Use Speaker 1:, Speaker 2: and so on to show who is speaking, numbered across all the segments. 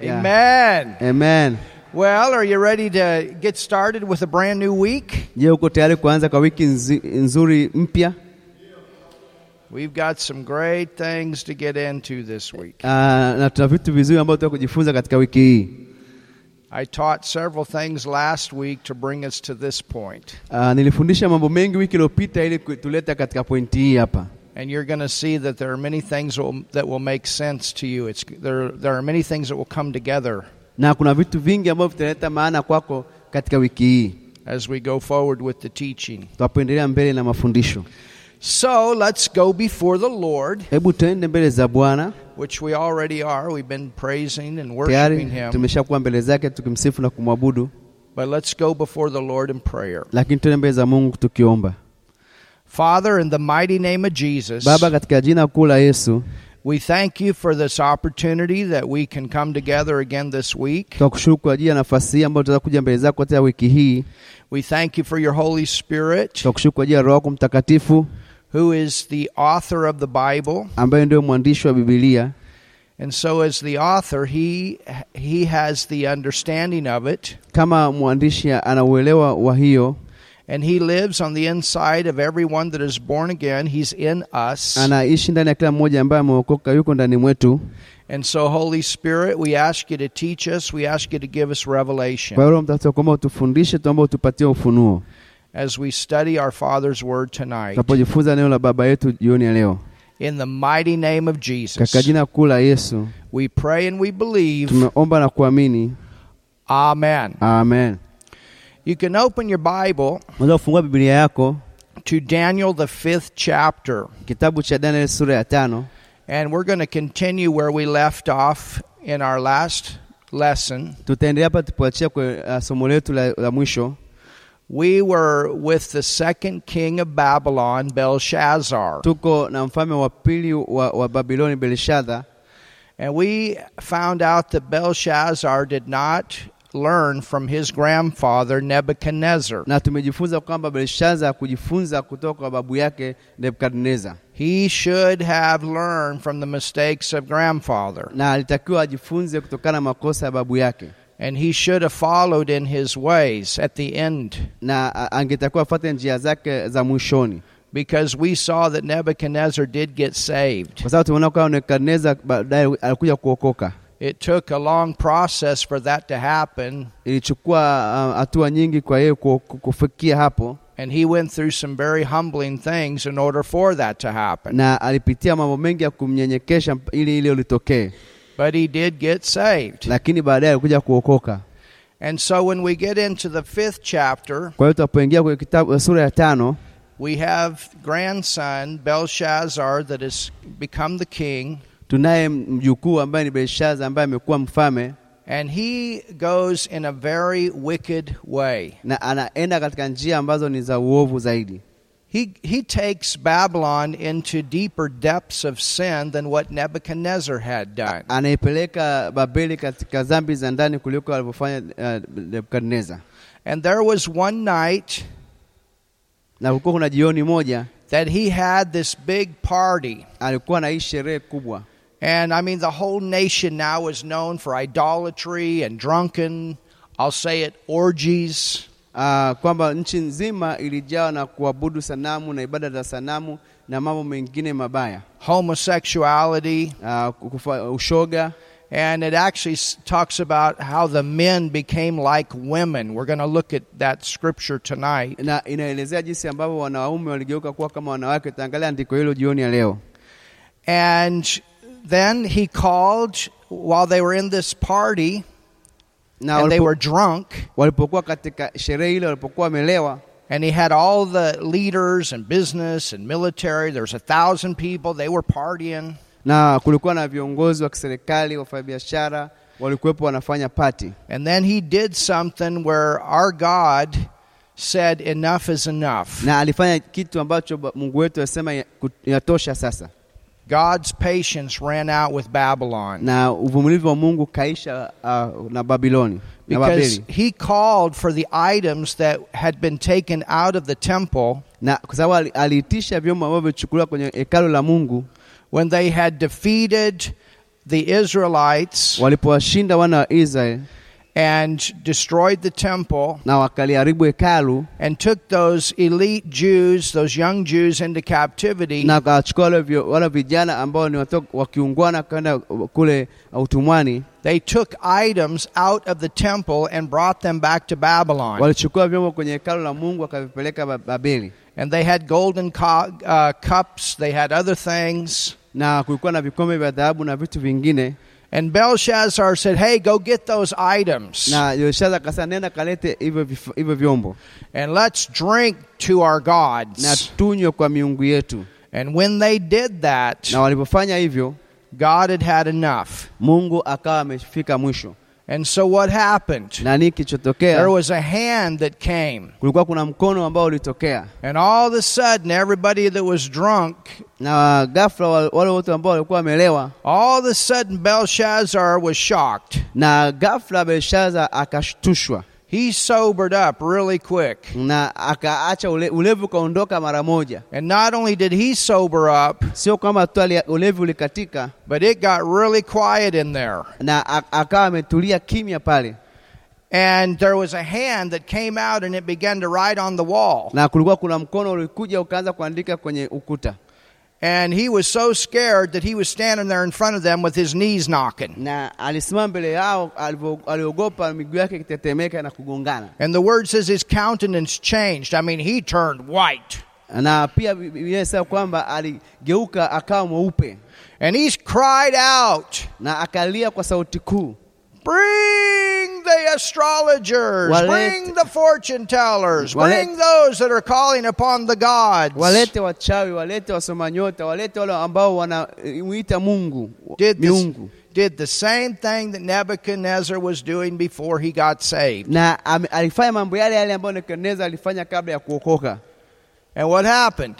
Speaker 1: Yeah.
Speaker 2: Amen.
Speaker 1: Amen.
Speaker 2: Well, are you ready to get started with a brand new week?
Speaker 1: Je, uko tayari kuanza kwa wiki nzi- nzuri mpya?
Speaker 2: We've got some great things to get into this week.
Speaker 1: Uh, na tuna vitu vizuri ambavyo tunataka kujifunza katika wiki hii.
Speaker 2: I taught several things last week to bring us to this point.
Speaker 1: Uh, nilifundisha mambo mengi wiki iliyopita ili kutuleta katika pointi hii hapa,
Speaker 2: And you're going to see that there are many things that will, that will make sense to you. It's, there, there are many things that will come together
Speaker 1: na kuna vitu vingi ambavyo vitaleta maana kwako katika wiki hii
Speaker 2: as we go forward with the teaching.
Speaker 1: tunapoendelea mbele na mafundisho.
Speaker 2: So let's go before the Lord,
Speaker 1: Hebu tuende mbele za Bwana,
Speaker 2: which we already are. We've been praising and worshiping
Speaker 1: tayari
Speaker 2: Him.
Speaker 1: tumeshakuwa mbele zake tukimsifu na kumwabudu,
Speaker 2: But let's go before the Lord in prayer.
Speaker 1: lakini tuende mbele za Mungu tukiomba.
Speaker 2: Father, in the mighty name of Jesus,
Speaker 1: Baba, katika jina kuu la Yesu,
Speaker 2: we thank you for this opportunity that we can come together again this week.
Speaker 1: tunakushukuru kwa ajili ya nafasi hii ambayo tutaweza kuja mbele zako tena wiki hii.
Speaker 2: We thank you for your Holy Spirit,
Speaker 1: Tunakushukuru kwa ajili ya Roho yako Mtakatifu
Speaker 2: who is the author of the Bible.
Speaker 1: ambaye ndio mwandishi wa Biblia,
Speaker 2: And so, as the author, he, he has the understanding of it,
Speaker 1: kama mwandishi ana uelewa wa hiyo,
Speaker 2: and he lives on the inside of everyone that is born again. He's in us.
Speaker 1: anaishi ndani ya kila mmoja ambaye ameokoka, yuko ndani mwetu.
Speaker 2: And so, Holy Spirit, we ask you to teach us, we ask you to give us
Speaker 1: Kwa
Speaker 2: revelation
Speaker 1: hiyo Roho Mtakatifu, kwamba utufundishe, tuomba utupatie ufunuo
Speaker 2: as we study our Father's Word tonight.
Speaker 1: tunapojifunza neno la Baba yetu jioni ya leo,
Speaker 2: In the mighty name of
Speaker 1: katika
Speaker 2: Jesus,
Speaker 1: jina kuu la Yesu
Speaker 2: we pray and we believe.
Speaker 1: tumeomba na kuamini,
Speaker 2: Amen.
Speaker 1: amen.
Speaker 2: You can open your Bible
Speaker 1: Unaweza kufungua Biblia yako
Speaker 2: to Daniel, the fifth chapter,
Speaker 1: kitabu cha Daniel sura ya tano.
Speaker 2: and we're going to continue where we left off in our last lesson.
Speaker 1: Tutaendelea hapa tupoachia kwa uh, somo letu la, la mwisho.
Speaker 2: We were with the second king of Babylon, Belshazzar,
Speaker 1: Tuko na mfalme wa pili wa, wa Babiloni Belishadha,
Speaker 2: and we found out that Belshazzar did not learn from his grandfather, Nebuchadnezzar.
Speaker 1: na tumejifunza kwamba Belishadha kujifunza kutoka kwa babu yake Nebukadneza,
Speaker 2: He should have learned from the mistakes of grandfather.
Speaker 1: na alitakiwa ajifunze kutokana na makosa ya babu yake,
Speaker 2: And he should have followed in his ways at the end
Speaker 1: na a- angetakiwa afuate njia zake za mwishoni,
Speaker 2: because we saw that Nebuchadnezzar did get saved.
Speaker 1: kwa sababu tumeona kwamba Nebukadneza baadaye alikuja kuokoka.
Speaker 2: It took a long process for that to happen,
Speaker 1: Ilichukua ah, hatua nyingi kwa yeye ku- ku- kufikia hapo,
Speaker 2: and he went through some very humbling things in order for that to happen.
Speaker 1: na alipitia mambo mengi ya kumnyenyekesha mp- ili ili litokee,
Speaker 2: But he did get saved.
Speaker 1: lakini baadaye alikuja kuokoka.
Speaker 2: And so when we get into the fifth chapter,
Speaker 1: Kwa hiyo tunapoingia kwenye kitabu sura ya tano
Speaker 2: we have grandson Belshazzar that has become the king,
Speaker 1: tunaye mjukuu ambaye ni Belshaza ambaye amekuwa mfalme
Speaker 2: and he goes in a very wicked way.
Speaker 1: na anaenda katika njia ambazo ni za uovu zaidi.
Speaker 2: He, he takes Babylon into deeper depths of sin than what Nebuchadnezzar had done.
Speaker 1: Anaipeleka Babeli katika dhambi za ndani kuliko alivyofanya uh, Nebukadneza.
Speaker 2: And there was one night
Speaker 1: Na kulikuwa kuna jioni moja
Speaker 2: that he had this big party.
Speaker 1: alikuwa na hii sherehe kubwa,
Speaker 2: And I mean, the whole nation now is known for idolatry and drunken, I'll say it, orgies.
Speaker 1: uh, kwamba nchi nzima ilijawa na kuabudu sanamu na ibada za sanamu na mambo mengine mabaya,
Speaker 2: Homosexuality,
Speaker 1: uh, kufa, ushoga
Speaker 2: and it actually s- talks about how the men became like women. We're going to look at that scripture tonight.
Speaker 1: na inaelezea jinsi ambavyo wanaume waligeuka kuwa kama wanawake. Tutaangalia andiko hilo jioni ya leo.
Speaker 2: And then he called while they were in this party
Speaker 1: na
Speaker 2: and they
Speaker 1: walipo,
Speaker 2: were drunk
Speaker 1: walipokuwa katika sherehe ile, walipokuwa wamelewa,
Speaker 2: and he had all the leaders and business and military there was a thousand people they were partying
Speaker 1: na kulikuwa na viongozi wa kiserikali, wafanyabiashara walikuwepo wanafanya pati,
Speaker 2: and then he did something where our god said enough is enough
Speaker 1: na alifanya kitu ambacho ba- Mungu wetu alisema ya- ku- yatosha sasa,
Speaker 2: god's patience ran out with babylon
Speaker 1: na uvumilivu wa Mungu kaisha uh, na Babiloni na
Speaker 2: because
Speaker 1: Babeli,
Speaker 2: he called for the items that had been taken out of the temple
Speaker 1: na kwa sababu ali- aliitisha vyombo ambavyo vilichukuliwa kwenye hekalu la Mungu
Speaker 2: when they had defeated the Israelites
Speaker 1: walipowashinda wana wa Israeli
Speaker 2: and destroyed the temple
Speaker 1: na wakaliharibu hekalu
Speaker 2: and took those elite Jews, those young Jews, into captivity.
Speaker 1: na akawachukua wale vio- wale vijana ambao ni watoka wakiungwana kwenda kule utumwani.
Speaker 2: They took items out of the temple and brought them back to Babylon.
Speaker 1: Walichukua vyombo kwenye hekalu la Mungu wakavipeleka Ba- Babeli,
Speaker 2: And they had golden co- uh, cups, they had other things.
Speaker 1: na kulikuwa na vikombe vya dhahabu na vitu vingine.
Speaker 2: And Belshazzar said, Hey, go get those items
Speaker 1: Na Yoshada akasema nenda kalete hivyo vif- hivyo vyombo
Speaker 2: and let's drink to our
Speaker 1: na
Speaker 2: gods.
Speaker 1: tunywe kwa miungu yetu.
Speaker 2: And when they did that,
Speaker 1: Na walipofanya hivyo,
Speaker 2: God had had enough.
Speaker 1: Mungu akawa amefika mwisho.
Speaker 2: And so what happened?
Speaker 1: Na nini
Speaker 2: There
Speaker 1: kilichotokea?
Speaker 2: was a hand that came.
Speaker 1: Kulikuwa kuna mkono ambao ulitokea,
Speaker 2: And all of a sudden, everybody that was drunk,
Speaker 1: na ghafla wa- wale wote ambao walikuwa wamelewa,
Speaker 2: all of a sudden, Belshazzar was shocked.
Speaker 1: na ghafla Belshaza akashtushwa
Speaker 2: He sobered up really quick.
Speaker 1: na akaacha ule, ulevi ukaondoka mara moja.
Speaker 2: And not only did he sober up,
Speaker 1: Sio kwamba tu ali- ulevi ulikatika,
Speaker 2: but it got really quiet in there.
Speaker 1: na a- akawa ametulia kimya pale,
Speaker 2: And there was a hand that came out and it began to write on the wall.
Speaker 1: na kulikuwa kuna mkono ulikuja ukaanza kuandika kwenye ukuta,
Speaker 2: And he was so scared that he was standing there in front of them with his knees knocking.
Speaker 1: na alisimama mbele yao, alivyo- aliogopa miguu yake ikitetemeka na kugongana,
Speaker 2: And the word says his countenance changed. I mean, he turned white.
Speaker 1: na pia Biblia inasema kwamba aligeuka akawa mweupe
Speaker 2: And he cried out,
Speaker 1: na akalia kwa sauti kuu,
Speaker 2: Bring the astrologers,
Speaker 1: Walete-
Speaker 2: bring the fortune tellers,
Speaker 1: Walete-
Speaker 2: bring those that are calling upon the gods.
Speaker 1: walete wachawi, walete wasoma nyota, walete wale ambao wanamuita Mungu
Speaker 2: did the,
Speaker 1: miungu
Speaker 2: did the same thing that Nebuchadnezzar was doing before he got saved.
Speaker 1: na ame- alifanya mambo yale yale ambayo Nebukadneza alifanya kabla ya kuokoka.
Speaker 2: And what happened?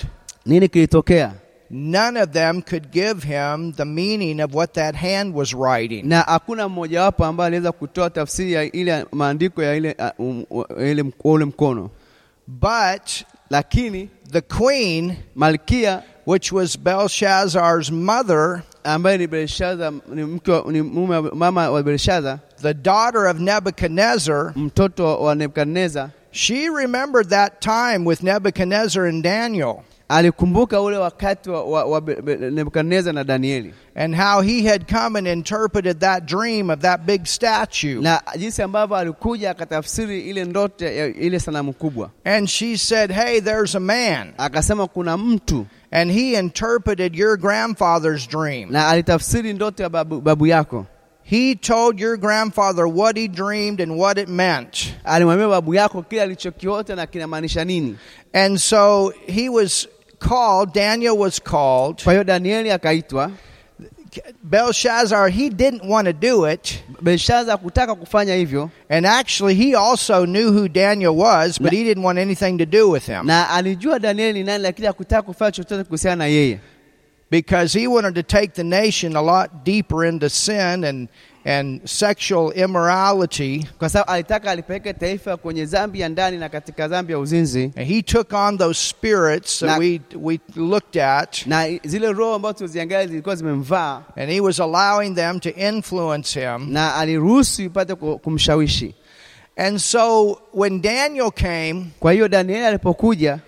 Speaker 1: Nini kilitokea?
Speaker 2: None of them could give him the meaning of what that hand was writing.
Speaker 1: Na hakuna mmojawapo ambaye aliweza kutoa tafsiri ya ile maandiko ya ile, uh, um, wa- ile mk- ule mkono,
Speaker 2: But
Speaker 1: lakini
Speaker 2: the queen,
Speaker 1: malkia
Speaker 2: which was Belshazzar's mother,
Speaker 1: ambaye ni Belshaza, ni mke wa- ni mume wa- mama wa Belshaza,
Speaker 2: the daughter of Nebuchadnezzar,
Speaker 1: mtoto wa Nebukadneza,
Speaker 2: she remembered that time with Nebuchadnezzar and Daniel
Speaker 1: alikumbuka ule wakati wa, wa, wa Be- Be- Nebukadneza na Danieli
Speaker 2: and how he had come and interpreted that dream of that big statue.
Speaker 1: na jinsi ambavyo alikuja akatafsiri ile ndoto ya ile sanamu kubwa,
Speaker 2: And she said, Hey, there's a man.
Speaker 1: akasema kuna mtu
Speaker 2: and he interpreted your grandfather's dream.
Speaker 1: na alitafsiri ndoto ya babu, babu yako.
Speaker 2: He told your grandfather what he dreamed and what it meant.
Speaker 1: Alimwambia babu yako kile alichokiota na kinamaanisha nini.
Speaker 2: And so he was called, Daniel was called.
Speaker 1: Kwa hiyo Danieli akaitwa.
Speaker 2: Belshazzar, he didn't want to do it.
Speaker 1: Belshaza hakutaka kufanya hivyo,
Speaker 2: And actually, he also knew who Daniel was, but he didn't want anything to do with him
Speaker 1: na alijua Danieli ni nani, lakini hakutaka kufanya chochote kuhusiana na yeye,
Speaker 2: because he wanted to take the nation a lot deeper into sin and, and sexual immorality.
Speaker 1: kwa sababu alitaka alipeleke taifa kwenye dhambi ya ndani na katika dhambi ya uzinzi,
Speaker 2: And he took on those spirits that
Speaker 1: Now-
Speaker 2: we, we looked at.
Speaker 1: na i- zile roho ambazo tuziangalia zilikuwa zimemvaa
Speaker 2: and he was allowing them to influence him.
Speaker 1: na aliruhusu ipate ku- kumshawishi.
Speaker 2: And so when Daniel came,
Speaker 1: Kwa hiyo Danieli alipokuja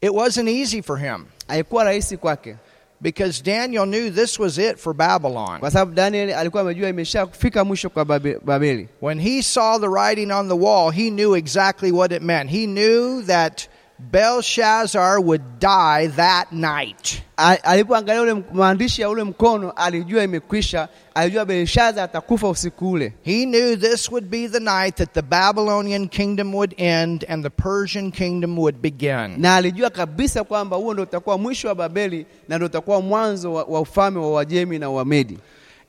Speaker 2: it wasn't easy for him
Speaker 1: haikuwa rahisi kwake,
Speaker 2: because Daniel knew this was it for Babylon.
Speaker 1: kwa sababu Danieli alikuwa amejua imeshafika mwisho kwa Babe- Babeli.
Speaker 2: When he saw the writing on the wall, he knew exactly what it meant. He knew that Belshazzar would die that night.
Speaker 1: A- alipoangalia ule m- maandishi ya ule mkono alijua imekwisha, alijua Belshaza atakufa usiku ule,
Speaker 2: He knew this would be the night that the Babylonian kingdom would end and the Persian kingdom would begin.
Speaker 1: na alijua kabisa kwamba huo ndio utakuwa mwisho wa Babeli na ndio utakuwa mwanzo wa, wa ufalme wa Wajemi na Wamedi.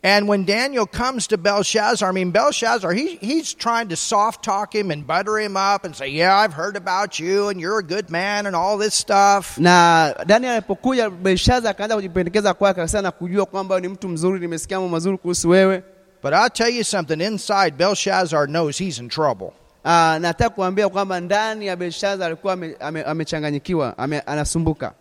Speaker 2: And when Daniel comes to Belshazzar, I mean, Belshazzar, he, he's trying to soft talk him and butter him up and say, Yeah, I've heard about you and you're a good man and all this stuff.
Speaker 1: Na Daniel alipokuja, Belshaza akaanza kujipendekeza kwake, akasema na kujua kwamba wewe ni mtu mzuri, nimesikia mambo mazuri kuhusu wewe.
Speaker 2: But I'll tell you something inside, Belshazzar knows he's in trouble.
Speaker 1: Aa, nataka kuambia kwamba ndani ya Belshaza alikuwa amechanganyikiwa ame, ame, anasumbuka,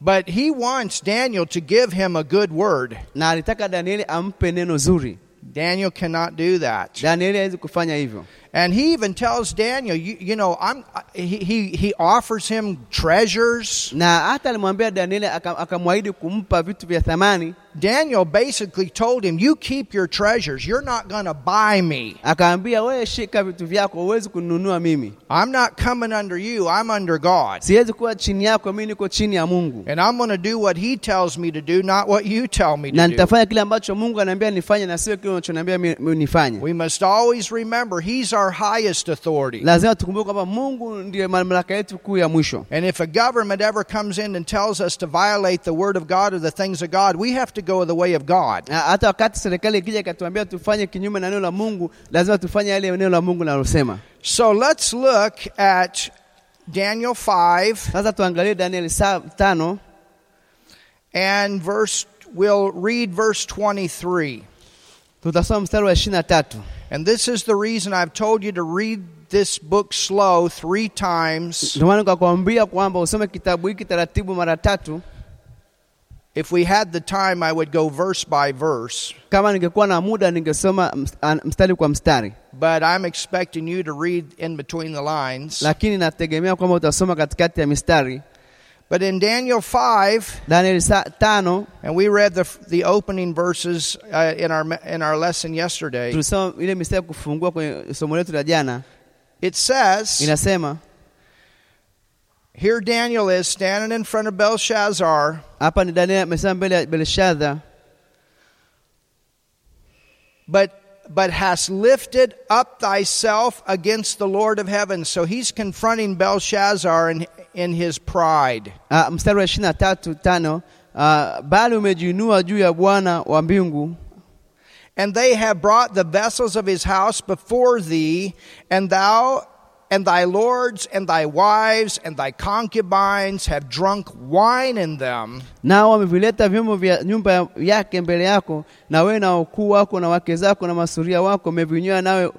Speaker 2: But he wants Daniel to give him a good word.
Speaker 1: na alitaka Danieli ampe neno zuri.
Speaker 2: Daniel cannot do that.
Speaker 1: Danieli hawezi kufanya hivyo,
Speaker 2: And he even tells Daniel, you, you know, I'm, he, he, he offers him treasures.
Speaker 1: na hata alimwambia Danieli aka- akamwahidi kumpa vitu vya thamani.
Speaker 2: Daniel basically told him, You keep your treasures. You're not going to buy me.
Speaker 1: Akaambia, wewe shika vitu vyako, huwezi kununua mimi,
Speaker 2: I'm not coming under you. I'm under God.
Speaker 1: siwezi kuwa chini yako, mimi niko chini ya Mungu
Speaker 2: And I'm going to do what he tells me to do, not what you tell me
Speaker 1: na
Speaker 2: to do.
Speaker 1: nitafanya kile ambacho Mungu ananiambia nifanye na sio kile unachoniambia mi- mi- nifanye.
Speaker 2: We must always remember he's our highest authority.
Speaker 1: Lazima tukumbuke kwamba Mungu ndiye mamlaka yetu kuu ya mwisho,
Speaker 2: And if a government ever comes in and tells us to violate the word of God or the things of God, we have to go the way of God.
Speaker 1: na hata wakati serikali ikija ikatuambia tufanye kinyume na neno la Mungu, lazima tufanye yale neno la Mungu linalosema.
Speaker 2: So let's look at Daniel 5
Speaker 1: Sasa tuangalie Danieli saa tano
Speaker 2: and verse we'll read verse 23.
Speaker 1: tutasoma mstari wa ishirini na tatu
Speaker 2: And this is the reason I've told you to read this book slow 3 times.
Speaker 1: ndio maana nikakwambia kwamba usome kitabu hiki taratibu mara tatu.
Speaker 2: If we had the time I would go verse by verse,
Speaker 1: Kama ningekuwa na muda ningesoma ms- an- mstari kwa mstari,
Speaker 2: but I'm expecting you to read in between the lines.
Speaker 1: lakini nategemea kwamba utasoma katikati ya mistari.
Speaker 2: But in Daniel 5
Speaker 1: Danieli saa tano
Speaker 2: And we read the, the opening verses uh, in, our, in our lesson yesterday.
Speaker 1: tulisoma ile mistari ya kufungua kwenye somo letu la jana,
Speaker 2: It says,
Speaker 1: inasema
Speaker 2: Here Daniel is standing in front of Belshazzar,
Speaker 1: hapa ni Danieli amesimama mbele ya Belshadha,
Speaker 2: but, but hast lifted up thyself against the Lord of heaven. So he's confronting Belshazzar in, in his pride.
Speaker 1: Ah, mstari wa ishirini na tatu tano ah, bali umejiinua juu ya Bwana wa mbingu
Speaker 2: And they have brought the vessels of his house before thee, and thou and thy lords and thy wives and thy concubines have drunk wine in them.
Speaker 1: nao wamevileta vyombo vya nyumba ya- yake mbele yako, na wewe na wakuu wako na wake zako na masuria wako umevinywa, nawe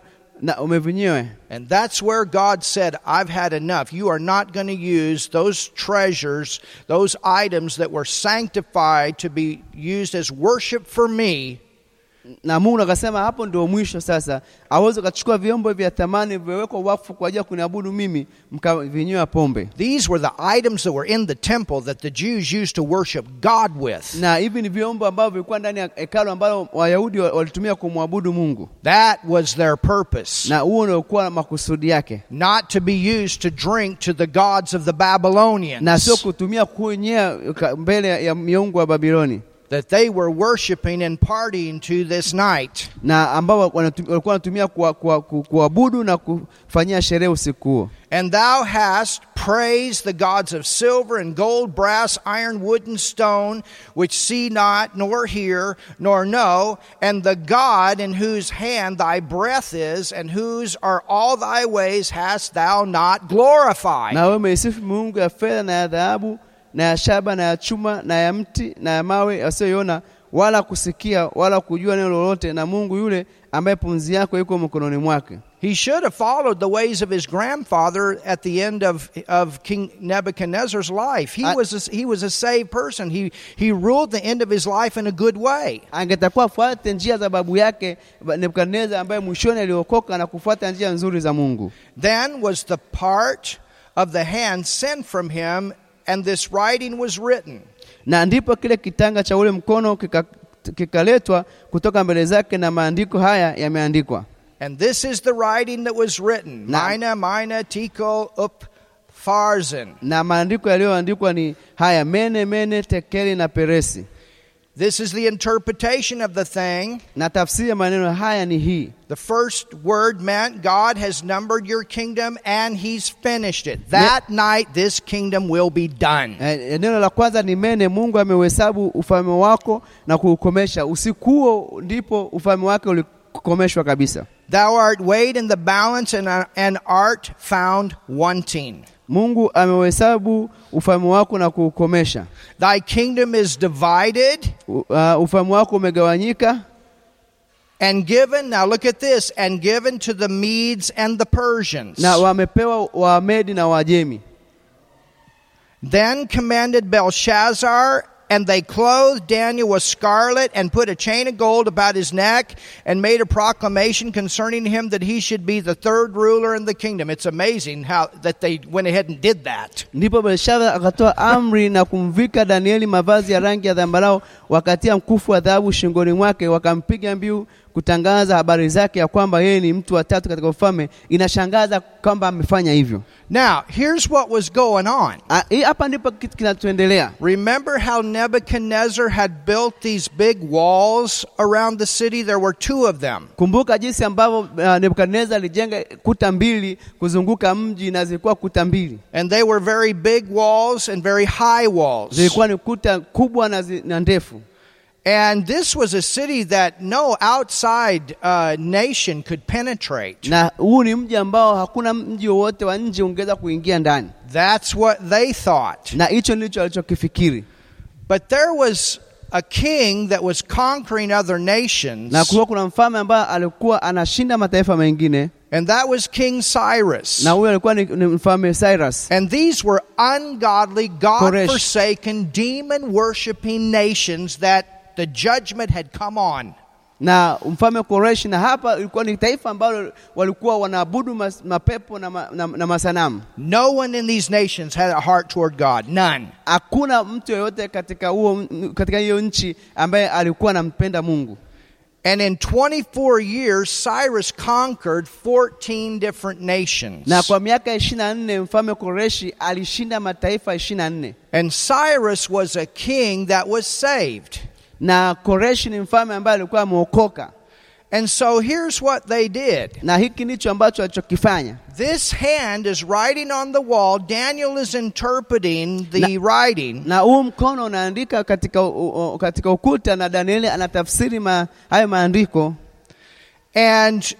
Speaker 1: na umevinywa.
Speaker 2: And that's where God said, I've had enough. You are not going to use those treasures, those items that were sanctified to be used as worship for me.
Speaker 1: Na Mungu akasema hapo ndio mwisho sasa, aweze ukachukua vyombo vya thamani vilivyowekwa wakfu kwa ajili ya kuniabudu mimi, mkavinywa pombe.
Speaker 2: These were the items that were in the temple that the Jews used to worship God with.
Speaker 1: Na hivi ni vyombo ambavyo vilikuwa ndani ya hekalu ambalo Wayahudi wa- walitumia kumwabudu Mungu,
Speaker 2: That was their purpose.
Speaker 1: na huo ndio kuwa makusudi yake,
Speaker 2: Not to be used to drink to the gods of the
Speaker 1: na sio
Speaker 2: Babylonians
Speaker 1: kutumia kunyea ka- mbele ya miungu wa Babiloni,
Speaker 2: that they were worshiping and partying to this night.
Speaker 1: na ambao wanatu- walikuwa wanatumia kuwa- kuwa- ku- kuabudu na kufanyia sherehe usiku huo.
Speaker 2: And thou hast praised the gods of silver and gold, brass, iron, wood, and stone, which see not, nor hear, nor know, and the God in whose hand thy breath is, and whose are all thy ways, hast thou not glorified.
Speaker 1: Na wewe umeisifu miungu ya fedha na ya dhahabu na ya shaba na ya chuma na ya mti na ya mawe yasiyoiona wala kusikia wala kujua neno lolote, na Mungu yule ambaye pumzi yako iko mkononi mwake.
Speaker 2: He should have followed the ways of his grandfather at the end of, of King Nebuchadnezzar's life. He,
Speaker 1: I-
Speaker 2: was a, he was a saved person, he, he ruled the end of his life in a good way.
Speaker 1: Angetakuwa afuate njia za babu yake ba- Nebukadneza, ambaye mwishoni aliokoka na kufuata njia nzuri za Mungu.
Speaker 2: Then was the part of the hand sent from him, and this writing was written.
Speaker 1: Na ndipo kile kitanga cha ule mkono kika- kikaletwa kutoka mbele zake, na maandiko haya yameandikwa.
Speaker 2: And this is the writing that was written
Speaker 1: Now-
Speaker 2: Mina, Mina, Tikal, Up, Farzin.
Speaker 1: na maandiko yaliyoandikwa ni haya: mene mene, tekeli na peresi.
Speaker 2: This is the interpretation of the thing.
Speaker 1: Na tafsiri ya maneno haya ni hii:
Speaker 2: The first word meant God has numbered your kingdom and he's finished it. That night, this kingdom will be done.
Speaker 1: Eh, neno la kwanza ni mene, Mungu ameuhesabu ufalme wako na kuukomesha. Usiku huo ndipo ufalme wake ulikomeshwa kabisa.
Speaker 2: Thou art weighed in the balance and, uh, and art found wanting.
Speaker 1: Mungu ameuhesabu ufalme wako na kuukomesha.
Speaker 2: Thy kingdom is divided
Speaker 1: U- Uh, ufalme wako umegawanyika
Speaker 2: and given now look at this and given to the
Speaker 1: uh,
Speaker 2: medes and the persians
Speaker 1: na wamepewa Wamedi na Waajemi.
Speaker 2: Then commanded Belshazzar, and they clothed Daniel with scarlet, and put a chain of gold about his neck, and made a proclamation concerning him that he should be the third ruler in the kingdom. It's amazing how that they went ahead and did that.
Speaker 1: Ndipo Belshaza akatoa amri na kumvika Danieli mavazi ya rangi ya dhambarau, wakatia mkufu wa dhahabu shingoni mwake, wakampiga mbiu kutangaza habari zake ya kwamba yeye ni mtu wa tatu katika ufalme. Inashangaza kwamba amefanya hivyo.
Speaker 2: Now, here's what was going on.
Speaker 1: Ah, hii Hapa ndipo kitu kinachoendelea.
Speaker 2: Remember how Nebuchadnezzar had built these big walls around the city? There were two of them.
Speaker 1: Kumbuka jinsi ambavyo uh, Nebukadnezar alijenga kuta mbili kuzunguka mji, na zilikuwa kuta mbili,
Speaker 2: And they were very big walls and very high walls.
Speaker 1: zilikuwa ni kuta kubwa na, zi, na ndefu.
Speaker 2: And this was a city that no outside uh, nation could penetrate.
Speaker 1: na huu ni mji ambao hakuna mji wowote wa nje ungeweza kuingia ndani,
Speaker 2: That's what they thought.
Speaker 1: na hicho ndicho alichokifikiri.
Speaker 2: But there was a king that was conquering other nations,
Speaker 1: Na kulikuwa kuna mfalme ambaye alikuwa anashinda mataifa mengine,
Speaker 2: and that was King Cyrus.
Speaker 1: na huyo alikuwa ni, ni mfalme Cyrus,
Speaker 2: And these were ungodly, God forsaken, demon worshiping nations that the judgment had come on.
Speaker 1: na mfalme Koreshi. Na hapa ilikuwa ni taifa ambalo walikuwa wanaabudu mas, mapepo na, ma, na, na masanamu.
Speaker 2: No one in these nations had a heart toward God. None.
Speaker 1: Hakuna mtu yeyote katika huo katika hiyo nchi ambaye alikuwa anampenda Mungu.
Speaker 2: And in 24 years, Cyrus conquered 14 different nations.
Speaker 1: Na kwa miaka ishirini na nne mfalme Koreshi alishinda mataifa ishirini na nne.
Speaker 2: And Cyrus was a king that was saved.
Speaker 1: na Koreshi ni mfalme ambaye alikuwa ameokoka,
Speaker 2: And so here's what they did.
Speaker 1: na hiki ndicho ambacho alichokifanya.
Speaker 2: This hand is writing on the wall. Daniel is interpreting the writing.
Speaker 1: Na huu mkono unaandika katika, u, u, katika ukuta na Danieli anatafsiri ma, hayo maandiko,
Speaker 2: And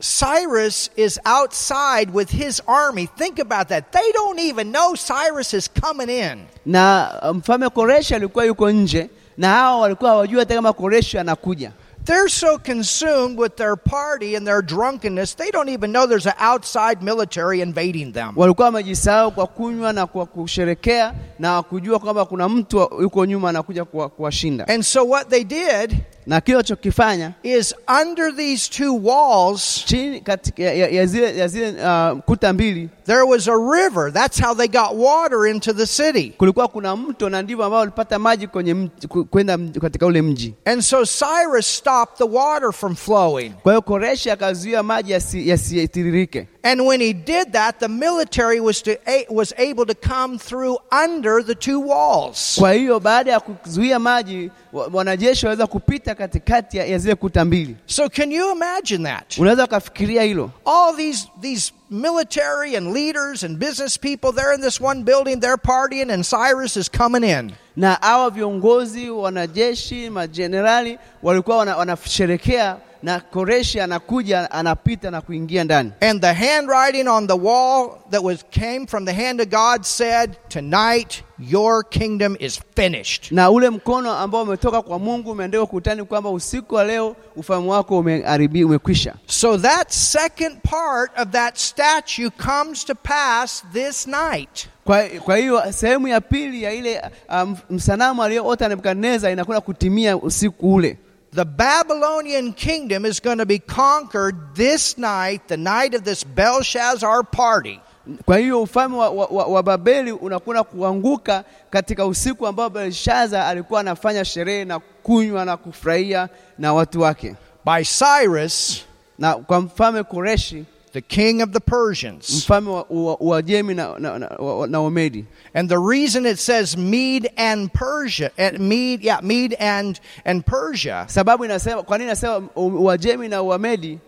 Speaker 2: Cyrus is outside with his army. Think about that. They don't even know Cyrus is coming in.
Speaker 1: na uh, mfalme Koreshi alikuwa yuko nje na hawa walikuwa hawajui hata kama Koreshi anakuja.
Speaker 2: They're so consumed with their party and their drunkenness, they don't even know there's an outside military invading them.
Speaker 1: Walikuwa wamejisahau kwa kunywa na kwa kusherekea na wakujua kwamba kuna mtu wa- yuko nyuma anakuja kuwa- kuwashinda.
Speaker 2: And so what they did
Speaker 1: Na kile walichokifanya
Speaker 2: is under these two walls,
Speaker 1: chini katika, ya, ya, ya zile, ya zile uh, kuta mbili
Speaker 2: there was a river. That's how they got water into the city.
Speaker 1: kulikuwa kuna mto na ndivyo ambao walipata maji kwenye mji- ku- kwenda mji- katika ule mji.
Speaker 2: And so Cyrus stopped the water from flowing.
Speaker 1: Kwa hiyo Koreshi akazuia maji yasi- yasitiririke,
Speaker 2: And when he did that, the military was, to, a, was able to come through under the two walls.
Speaker 1: kwa hiyo baada ya kuzuia maji wa- wanajeshi waweza kupita katikati ya, ya zile kuta mbili.
Speaker 2: So can you imagine that?
Speaker 1: Unaweza ukafikiria hilo,
Speaker 2: All these, these military and leaders and business people, they're in this one building, they're partying, and Cyrus is coming in.
Speaker 1: na hawa viongozi wanajeshi, majenerali walikuwa wana- wanasherekea na Koreshi anakuja anapita na kuingia ndani
Speaker 2: And the handwriting on the wall that was came from the hand of God said, Tonight your kingdom is finished.
Speaker 1: na ule mkono ambao umetoka kwa Mungu umeandikwa kutani kwamba usiku wa leo ufahamu wako umeharibi, umekwisha.
Speaker 2: So that second part of that statue comes to pass this night.
Speaker 1: Kwa, kwa hiyo sehemu ya pili ya ile um, msanamu aliyoota Nebukadneza inakwenda kutimia usiku ule.
Speaker 2: The Babylonian kingdom is going to be conquered this night, the night of this Belshazzar party.
Speaker 1: Kwa hiyo ufalme wa, wa, wa, wa Babeli unakwenda kuanguka katika usiku ambao Belshaza alikuwa anafanya sherehe na kunywa na kufurahia na watu wake,
Speaker 2: By Cyrus,
Speaker 1: na kwa mfalme Koreshi,
Speaker 2: the king of the Persians.
Speaker 1: mfalme wa, wa, wa Jemi na, na, na, wa- na Omedi.
Speaker 2: And the reason it says Mede and Persia, and Mede, yeah, Mede and, and Persia,
Speaker 1: Sababu inasema kwa nini nasema Uajemi na Uamedi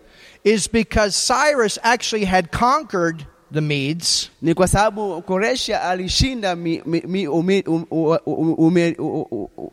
Speaker 2: is because Cyrus actually had conquered the Medes,
Speaker 1: ni kwa sababu Koresha alishinda mi- mi- mi- umi- um- ua- u- ume- u- u- u-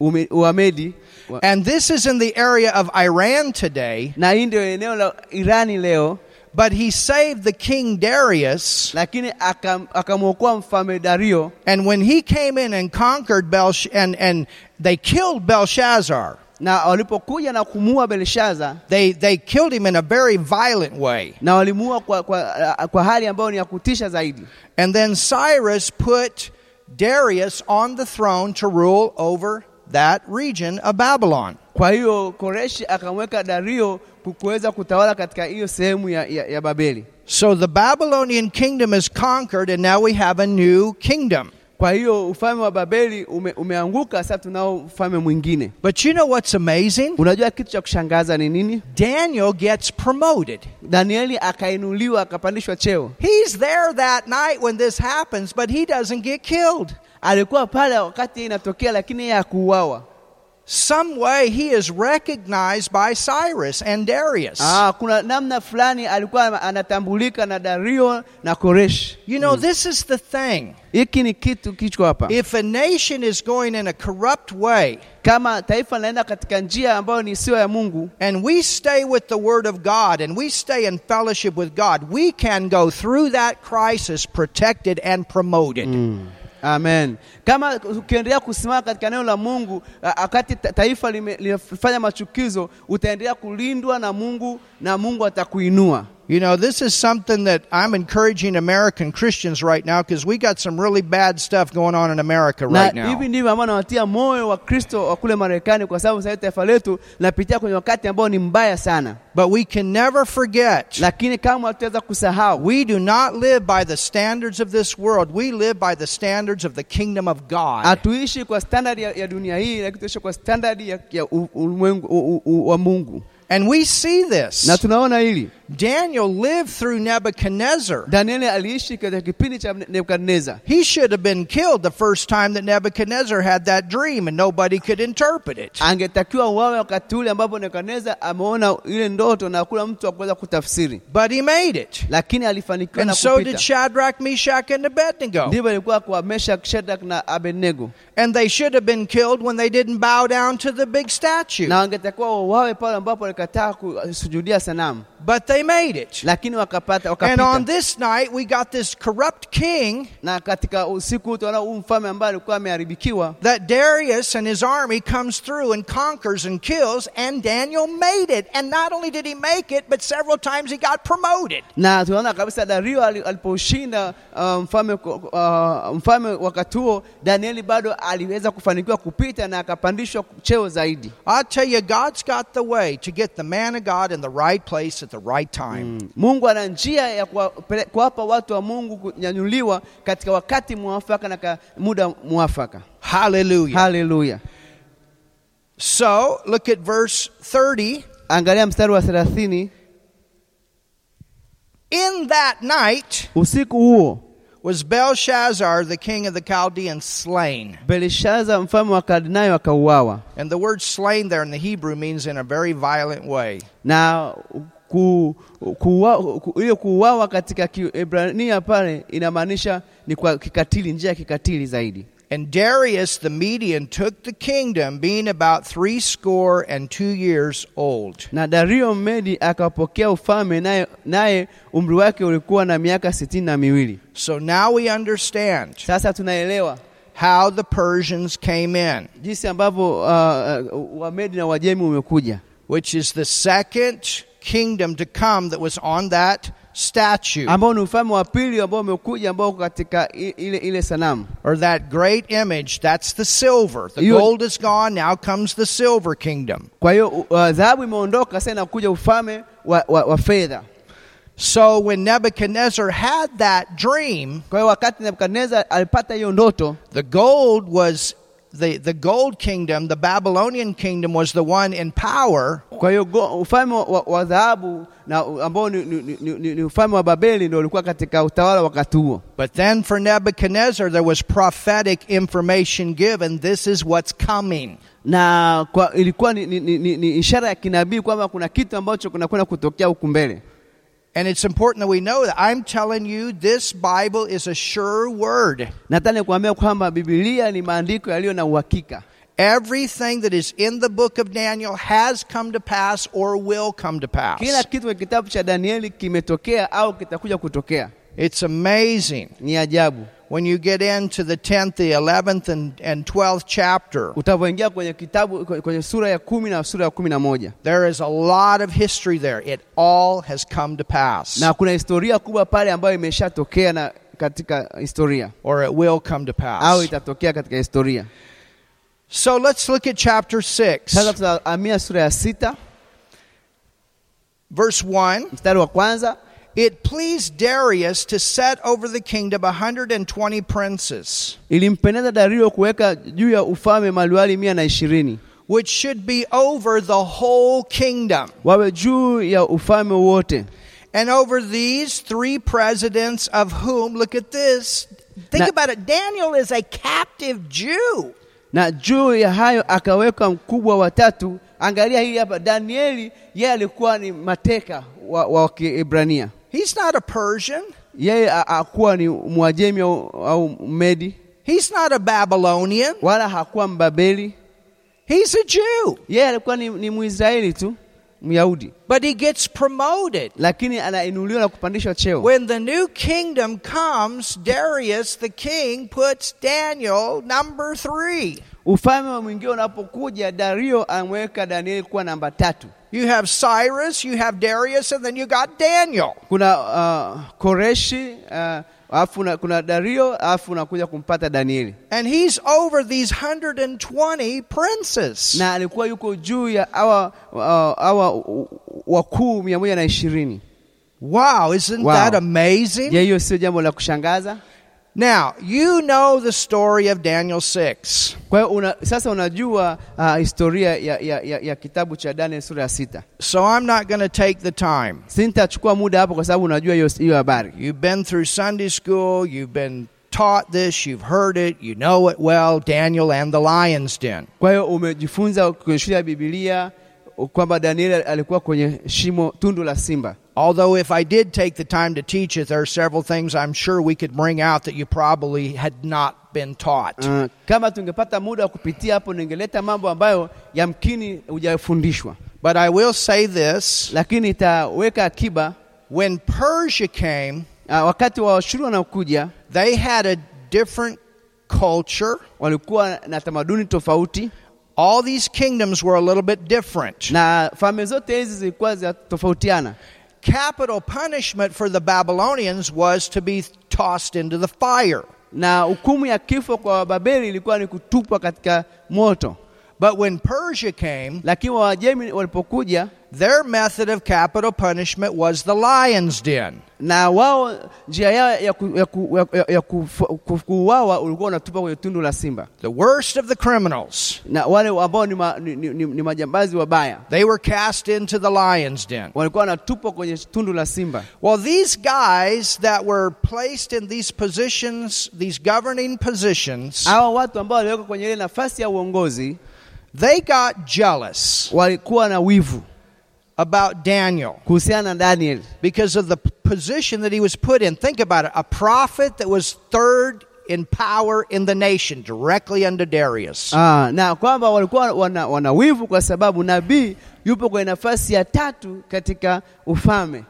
Speaker 1: ume- Uamedi Wa-
Speaker 2: and this is in the area of Iran today.
Speaker 1: na hii ndio eneo la Irani leo,
Speaker 2: But he saved the king Darius.
Speaker 1: lakini akam- akamwokoa mfalme Dario,
Speaker 2: And when he came in and conquered Belsh and, and they killed Belshazzar,
Speaker 1: na walipokuja na kumuua Belshaza
Speaker 2: They, they killed him in a very violent way.
Speaker 1: na walimuua kwa, kwa, kwa hali ambayo ni ya kutisha zaidi.
Speaker 2: And then Cyrus put Darius on the throne to rule over that region of Babylon.
Speaker 1: Kwa hiyo Koreshi akamweka Dario ku- kuweza kutawala katika hiyo sehemu ya, ya, ya Babeli.
Speaker 2: So the Babylonian kingdom is conquered, and now we have a new kingdom.
Speaker 1: Kwa hiyo ufalme wa Babeli ume, umeanguka, sasa tunao ufalme mwingine.
Speaker 2: But you know what's amazing?
Speaker 1: Unajua kitu cha kushangaza ni nini?
Speaker 2: Daniel gets promoted.
Speaker 1: Danieli akainuliwa akapandishwa cheo.
Speaker 2: He's there that night when this happens, but he doesn't get killed.
Speaker 1: Alikuwa pale wakati hii inatokea, lakini yeye hakuuawa.
Speaker 2: Some way he is recognized by Cyrus and Darius.
Speaker 1: Ah, kuna namna fulani alikuwa anatambulika na Dario na Koreshi.
Speaker 2: You know, this is the thing.
Speaker 1: Hiki ni kitu kichwa hapa.
Speaker 2: If a nation is going in a corrupt way
Speaker 1: Kama taifa linaenda katika njia ambayo ni sio ya Mungu,
Speaker 2: and we stay with the Word of God and we stay in fellowship with God, we can go through that crisis protected and promoted.
Speaker 1: Amen. Kama ukiendelea kusimama katika neno la Mungu a- wakati ta- taifa lime- limefanya machukizo, utaendelea kulindwa na Mungu na Mungu atakuinua.
Speaker 2: You know, this is something that I'm encouraging American Christians right now because we got some really bad stuff going on in America right
Speaker 1: na hivi
Speaker 2: now.
Speaker 1: ndivyo ambao nawatia moyo wa Kristo wa kule Marekani, kwa sababu sasa taifa letu linapitia kwenye wakati ambao ni mbaya sana,
Speaker 2: But we can never forget
Speaker 1: lakini kama hatutaweza kusahau
Speaker 2: we do not live by the standards of this world, we live by the standards of the kingdom of God.
Speaker 1: hatuishi kwa standard ya, ya dunia hii, lakini tunaishi kwa standard ya, ya u- ulimwengu u- u- u- wa Mungu,
Speaker 2: And we see this.
Speaker 1: na tunaona hili.
Speaker 2: Daniel lived through Nebuchadnezzar.
Speaker 1: Danieli aliishi katika kipindi cha Nebukadneza.
Speaker 2: He should have been killed the first time that Nebuchadnezzar had that dream and nobody could interpret it.
Speaker 1: angetakiwa uawe wakati ule ambapo Nebukadneza ameona ile ndoto na hakuna mtu akuweza kutafsiri,
Speaker 2: But he made it.
Speaker 1: lakini alifanikiwa
Speaker 2: And
Speaker 1: na
Speaker 2: so did
Speaker 1: kupita.
Speaker 2: Shadrach, Meshach, and Abednego.
Speaker 1: Ndivyo ilikuwa kwa Meshak, Shadrach na Abednego,
Speaker 2: And they should have been killed when they didn't bow down to the big statue.
Speaker 1: na wangetakiwa wauawe pale ambapo walikataa kusujudia sanamu,
Speaker 2: But they made it.
Speaker 1: lakini wakapata
Speaker 2: And on
Speaker 1: wakapita.
Speaker 2: this night, we got this corrupt king
Speaker 1: Na katika usiku huu tunaona huu mfalme ambaye alikuwa ameharibikiwa,
Speaker 2: that Darius and his army comes through and conquers and kills, and Daniel made it. And not only did he make it, but several times he got promoted.
Speaker 1: na tunaona kabisa Dario ali- aliposhinda uh, mfalme ku- uh, mfalme wakati huo, Danieli bado aliweza kufanikiwa kupita na akapandishwa cheo zaidi.
Speaker 2: I tell you, God's got the way to get the man of God in the right place at the right
Speaker 1: Mm.
Speaker 2: time.
Speaker 1: Mungu ana njia ya kuwa- pele- kuwapa watu wa Mungu kunyanyuliwa katika wakati mwafaka na ka- muda mwafaka.
Speaker 2: Hallelujah.
Speaker 1: Haleluya!
Speaker 2: so look at verse 30.
Speaker 1: Angalia mstari wa 30.
Speaker 2: In that night
Speaker 1: Usiku huo
Speaker 2: was Belshazzar, the king of the Chaldeans, slain.
Speaker 1: Belishaza mfalme wa Kaldayo akauawa,
Speaker 2: And the word slain there in the Hebrew means in a very violent way.
Speaker 1: na ku, kuwa, ku, hiyo kuuawa katika Kiebrania pale inamaanisha ni kwa kikatili, njia ya kikatili zaidi.
Speaker 2: And Darius the Median took the kingdom, being about three score and two years old.
Speaker 1: Na Dario Mmedi akapokea ufalme, naye- naye umri wake ulikuwa na miaka sitini na miwili.
Speaker 2: So now we understand
Speaker 1: Sasa tunaelewa
Speaker 2: how the Persians came in,
Speaker 1: jinsi ambavyo uh, uh, Wamedi na Wajemi umekuja,
Speaker 2: which is the second kingdom to come that was on that statue
Speaker 1: ambao ni ufalme wa pili ambao umekuja, ambao uko katika i- ile, ile sanamu
Speaker 2: or that great image. That's the silver. The
Speaker 1: You-
Speaker 2: gold is gone. Now comes the silver kingdom.
Speaker 1: kwa hiyo u- uh, dhahabu imeondoka, sasa inakuja ufalme wa, wa, wa fedha.
Speaker 2: So when Nebuchadnezzar had that dream,
Speaker 1: Kwa hiyo wakati Nebukadneza alipata hiyo ndoto,
Speaker 2: the gold was the, the gold kingdom, the Babylonian kingdom was the one in power.
Speaker 1: kwa hiyo go- ufalme wa, wa dhahabu na u- ambao ni, ni, ni, ni, ni ufalme wa Babeli ndio ulikuwa katika utawala wakati huo.
Speaker 2: But then for Nebuchadnezzar, there was prophetic information given. This is what's coming.
Speaker 1: na kwa, ilikuwa ni, ni, ni, ni, ni ishara ya kinabii kwamba kuna kitu ambacho kunakwenda kutokea huku mbele.
Speaker 2: And it's important that we know that. I'm telling you, this Bible is a sure word.
Speaker 1: Nataka nikuambia kwamba Biblia ni maandiko yaliyo na uhakika.
Speaker 2: Everything that is in the book of Daniel has come to pass or will come to
Speaker 1: Kila
Speaker 2: pass.
Speaker 1: kitu kwenye kitabu cha Danieli kimetokea au kitakuja kutokea.
Speaker 2: It's amazing
Speaker 1: Ni ajabu.
Speaker 2: when you get into the 10th, the 11th, and, and 12th chapter.
Speaker 1: utavyoingia kwenye kitabu kwenye sura ya kumi na sura ya kumi na moja
Speaker 2: There is a lot of history there. It all has come to pass,
Speaker 1: na kuna historia kubwa pale ambayo imeshatokea na katika historia
Speaker 2: or it will come to
Speaker 1: au
Speaker 2: pass.
Speaker 1: itatokea katika historia
Speaker 2: So let's look at chapter 6,
Speaker 1: sasa tutaamia sura ya sita
Speaker 2: verse 1.
Speaker 1: mstari wa kwanza
Speaker 2: It pleased Darius to set over the kingdom 120 princes,
Speaker 1: ilimpendeza dario kuweka juu ya ufalme maliwali mia na ishirini
Speaker 2: which should be over the whole kingdom.
Speaker 1: wawe juu ya ufalme wote
Speaker 2: And over these three presidents, of whom, look at this. Think
Speaker 1: Now-
Speaker 2: about it. Daniel is a captive Jew.
Speaker 1: na juu ya hayo akaweka mkubwa watatu angalia hili hapa danieli yeye alikuwa ni mateka wa, wa kiebrania
Speaker 2: He's not a Persian.
Speaker 1: yeye a- hakuwa ni mwajemi au, au medi
Speaker 2: He's not a Babylonian.
Speaker 1: wala hakuwa mbabeli
Speaker 2: He's a Jew.
Speaker 1: yeye alikuwa ni, ni mwisraeli tu myahudi
Speaker 2: But he gets promoted.
Speaker 1: lakini anainuliwa na kupandishwa cheo
Speaker 2: When the new kingdom comes, Darius the king puts Daniel number three.
Speaker 1: ufalme wa mwingine unapokuja dario ameweka danieli kuwa namba tatu
Speaker 2: You have Cyrus, you have Darius, and then you got Daniel.
Speaker 1: kuna uh, koreshi uh, afu na, kuna dario alafu unakuja kumpata danieli
Speaker 2: And he's over these 120 princes.
Speaker 1: na alikuwa yuko juu ya awa, awa, awa wakuu mia moja na ishirini
Speaker 2: wow, isn't
Speaker 1: Wow.
Speaker 2: that amazing?
Speaker 1: je hiyo sio jambo la kushangaza
Speaker 2: Now, you know the story of Daniel 6.
Speaker 1: kwa hiyo una, sasa unajua uh, historia ya, ya, ya, ya kitabu cha daniel sura ya sita
Speaker 2: So I'm not going to take the time.
Speaker 1: sintachukua muda hapo kwa sababu unajua hiyo hiyo habari
Speaker 2: You've been through Sunday school, you've been taught this, you've heard it, you know it well Daniel and the lion's den.
Speaker 1: kwa hiyo umejifunza kwenye shule ya bibilia kwamba danieli alikuwa kwenye shimo tundu la simba
Speaker 2: Although, if I did take the time to teach it, there are several things I'm sure we could bring out that you probably had not been taught.
Speaker 1: Uh, kama tungepata muda wa kupitia hapo ningeleta mambo ambayo yamkini hujafundishwa
Speaker 2: But I will say this
Speaker 1: lakini itaweka akiba
Speaker 2: when Persia came,
Speaker 1: uh, wakati wa washuru wanaokuja
Speaker 2: they had a different culture.
Speaker 1: walikuwa na tamaduni tofauti
Speaker 2: All these kingdoms were a little bit different.
Speaker 1: na falme zote hizi zilikuwa zinatofautiana
Speaker 2: Capital punishment for the Babylonians was to be tossed into the fire.
Speaker 1: na hukumu ya kifo kwa wababeli ilikuwa ni kutupwa katika moto
Speaker 2: But when Persia came,
Speaker 1: lakini wawajemi walipokuja
Speaker 2: their method of capital punishment was the lion's den.
Speaker 1: na wao njia yao ya, ku, ya, ku, ya, ya, ya kufu- ku- kuuawa ulikuwa unatupa kwenye tundu la simba
Speaker 2: The worst of the criminals,
Speaker 1: na wale ambao ni, ma, ni, ni, ni, ni majambazi wabaya
Speaker 2: they were cast into the lion's den.
Speaker 1: walikuwa wanatupwa kwenye tundu la simba
Speaker 2: Well, these guys that were placed in these positions, these governing positions,
Speaker 1: hawa watu ambao waliwekwa kwenye ile nafasi ya uongozi
Speaker 2: they got jealous
Speaker 1: walikuwa na wivu
Speaker 2: about Daniel
Speaker 1: kuhusiana na daniel
Speaker 2: because of the p- position that he was put in. Think about it a prophet that was third in power in the nation, directly under Darius.
Speaker 1: Aa, Ah, na kwamba walikuwa wana, wana wivu kwa sababu nabii yupo kwenye nafasi ya tatu katika ufalme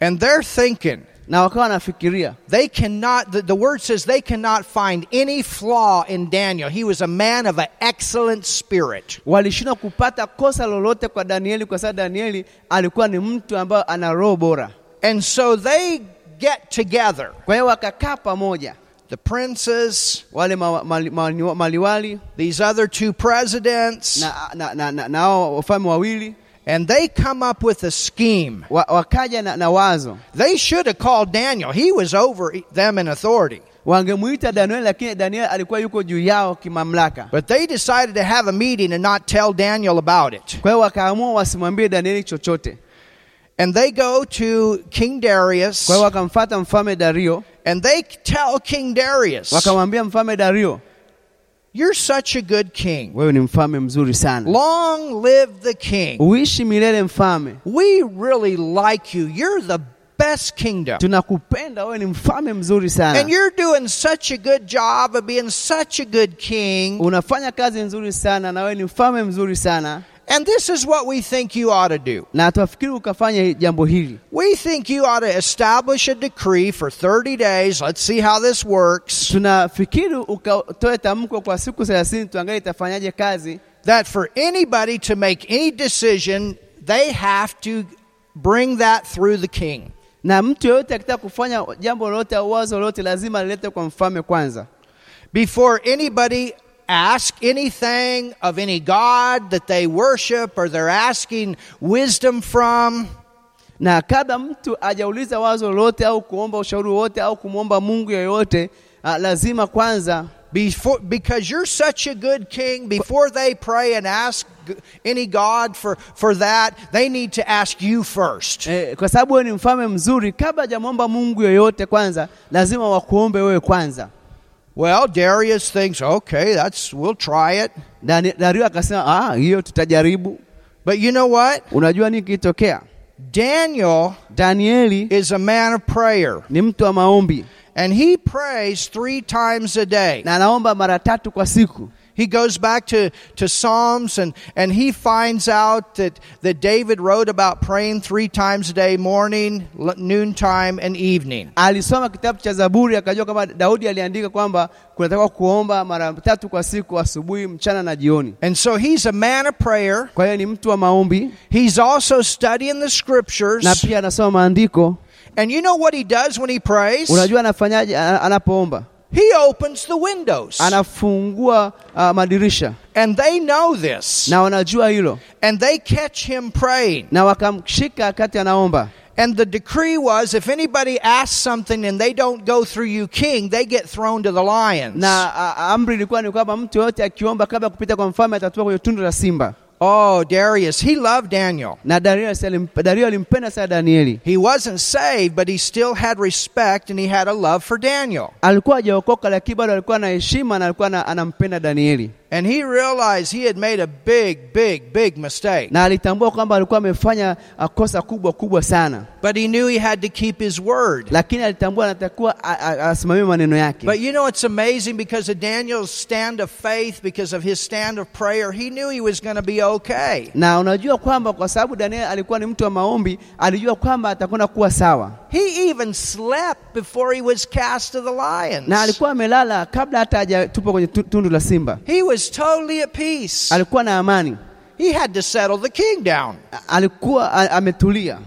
Speaker 2: And they're thinking,
Speaker 1: na wakawa wanafikiria
Speaker 2: they cannot, the, the word says they cannot find any flaw in Daniel. He was a man of an excellent spirit.
Speaker 1: walishindwa kupata kosa lolote kwa danieli kwa sababu danieli alikuwa ni mtu ambaye ana roho bora
Speaker 2: And so they get together,
Speaker 1: kwa hiyo wakakaa pamoja
Speaker 2: the princes,
Speaker 1: wale ma, ma, ma, maliwali
Speaker 2: these other two presidents,
Speaker 1: na na, na, na, na hao wafalme wawili
Speaker 2: and they come up with a scheme.
Speaker 1: wa, wakaja na, na wazo
Speaker 2: They should have called Daniel. He was over e-, them in authority.
Speaker 1: wangemuita danieli lakini danieli alikuwa yuko juu yao kimamlaka
Speaker 2: But they decided to have a meeting and not tell Daniel about it.
Speaker 1: kwa hiyo wakaamua wasimwambie danieli chochote
Speaker 2: And they go to King Darius
Speaker 1: kwa hiyo wakamfata mfalme dario
Speaker 2: and they tell King Darius,
Speaker 1: wakamwambia mfalme dario
Speaker 2: You're such a good king.
Speaker 1: wewe ni mfalme mzuri sana
Speaker 2: Long live the king.
Speaker 1: uishi milele mfalme
Speaker 2: We really like you. You're the best kingdom.
Speaker 1: tunakupenda wewe ni mfalme mzuri sana
Speaker 2: And you're doing such a good job of being such a good king.
Speaker 1: unafanya kazi nzuri sana na wewe ni mfalme mzuri sana
Speaker 2: And this is what we think you ought to do.
Speaker 1: na tuafikiri ukafanya hi- jambo hili
Speaker 2: We think you ought to establish a decree for 30 days. Let's see how this works.
Speaker 1: tunafikiri ukatoe tamko kwa siku thelathini tuangalie itafanyaje kazi
Speaker 2: That for anybody to make any decision, they have to bring that through the king.
Speaker 1: na mtu yeyote akitaka kufanya jambo lolote au wazo lolote lazima alilete kwa mfalme kwanza
Speaker 2: Before anybody ask anything of any god that they worship or they're asking wisdom from,
Speaker 1: na kabla mtu ajauliza wazo lolote au kuomba ushauri wowote au kumwomba mungu yeyote ah, lazima kwanza
Speaker 2: before, because you're such a good king, before they pray and ask g- any god for, for that, they need to ask you first.
Speaker 1: eh, kwa sababu wewe ni mfalme mzuri kabla hajamwomba mungu yeyote kwanza lazima wakuombe wewe kwanza
Speaker 2: Well, Darius thinks, okay, that's we'll try it.
Speaker 1: Na ni- dario akasema ah, hiyo tutajaribu
Speaker 2: But you know what?
Speaker 1: unajua nini kilitokea
Speaker 2: Daniel
Speaker 1: danieli
Speaker 2: is a man of prayer,
Speaker 1: ni mtu wa maombi
Speaker 2: and he prays three times a day.
Speaker 1: na anaomba mara tatu kwa siku
Speaker 2: He goes back to, to Psalms and, and he finds out that, that David wrote about praying three times a day morning, l- noontime, and evening.
Speaker 1: alisoma kitabu cha zaburi akajua kama daudi aliandika kwamba kunatakiwa kuomba mara tatu kwa siku asubuhi mchana na jioni
Speaker 2: And so he's a man of prayer.
Speaker 1: kwa hiyo ni mtu wa maombi
Speaker 2: He's also studying the
Speaker 1: na
Speaker 2: scriptures.
Speaker 1: pia anasoma maandiko
Speaker 2: And you know what he does when he prays?
Speaker 1: unajua anafanyaje ana- anapoomba
Speaker 2: He opens the windows.
Speaker 1: anafungua uh, madirisha
Speaker 2: And they know this.
Speaker 1: na wanajua hilo
Speaker 2: And they catch him praying.
Speaker 1: na wakamshika wakati anaomba
Speaker 2: And the decree was if anybody asks something and they don't go through you, king, they get thrown to the lions.
Speaker 1: na a- a- amri ilikuwa ni kwamba mtu yoyote akiomba kabla ya kupita kwa mfalme atatupa kwenye tundu la simba
Speaker 2: oh, Darius, he loved Daniel.
Speaker 1: na dario alimp- Dario alimpenda sana danieli
Speaker 2: He wasn't saved, but he still had respect and he had a love for Daniel.
Speaker 1: alikuwa hajaokoka lakini bado alikuwa na heshima na alikuwa na, anampenda danieli
Speaker 2: And he realized he had made a big, big, big mistake.
Speaker 1: na alitambua kwamba alikuwa amefanya uh, kosa kubwa kubwa sana
Speaker 2: But he knew he had to keep his word.
Speaker 1: lakini alitambua anatakuwa a- a- asimamie maneno yake
Speaker 2: But you know, it's amazing because of Daniel's stand of faith, because of his stand of prayer, he knew he was going to be okay.
Speaker 1: na unajua kwamba kwa sababu daniel alikuwa ni mtu wa maombi alijua kwamba atakwenda kuwa sawa
Speaker 2: He even slept before he was cast to the lions.
Speaker 1: na alikuwa amelala kabla hata hajatupwa kwenye tu- tundu la simba
Speaker 2: he was totally at peace.
Speaker 1: alikuwa na amani
Speaker 2: he had to settle the king down.
Speaker 1: A- alikuwa a- ametulia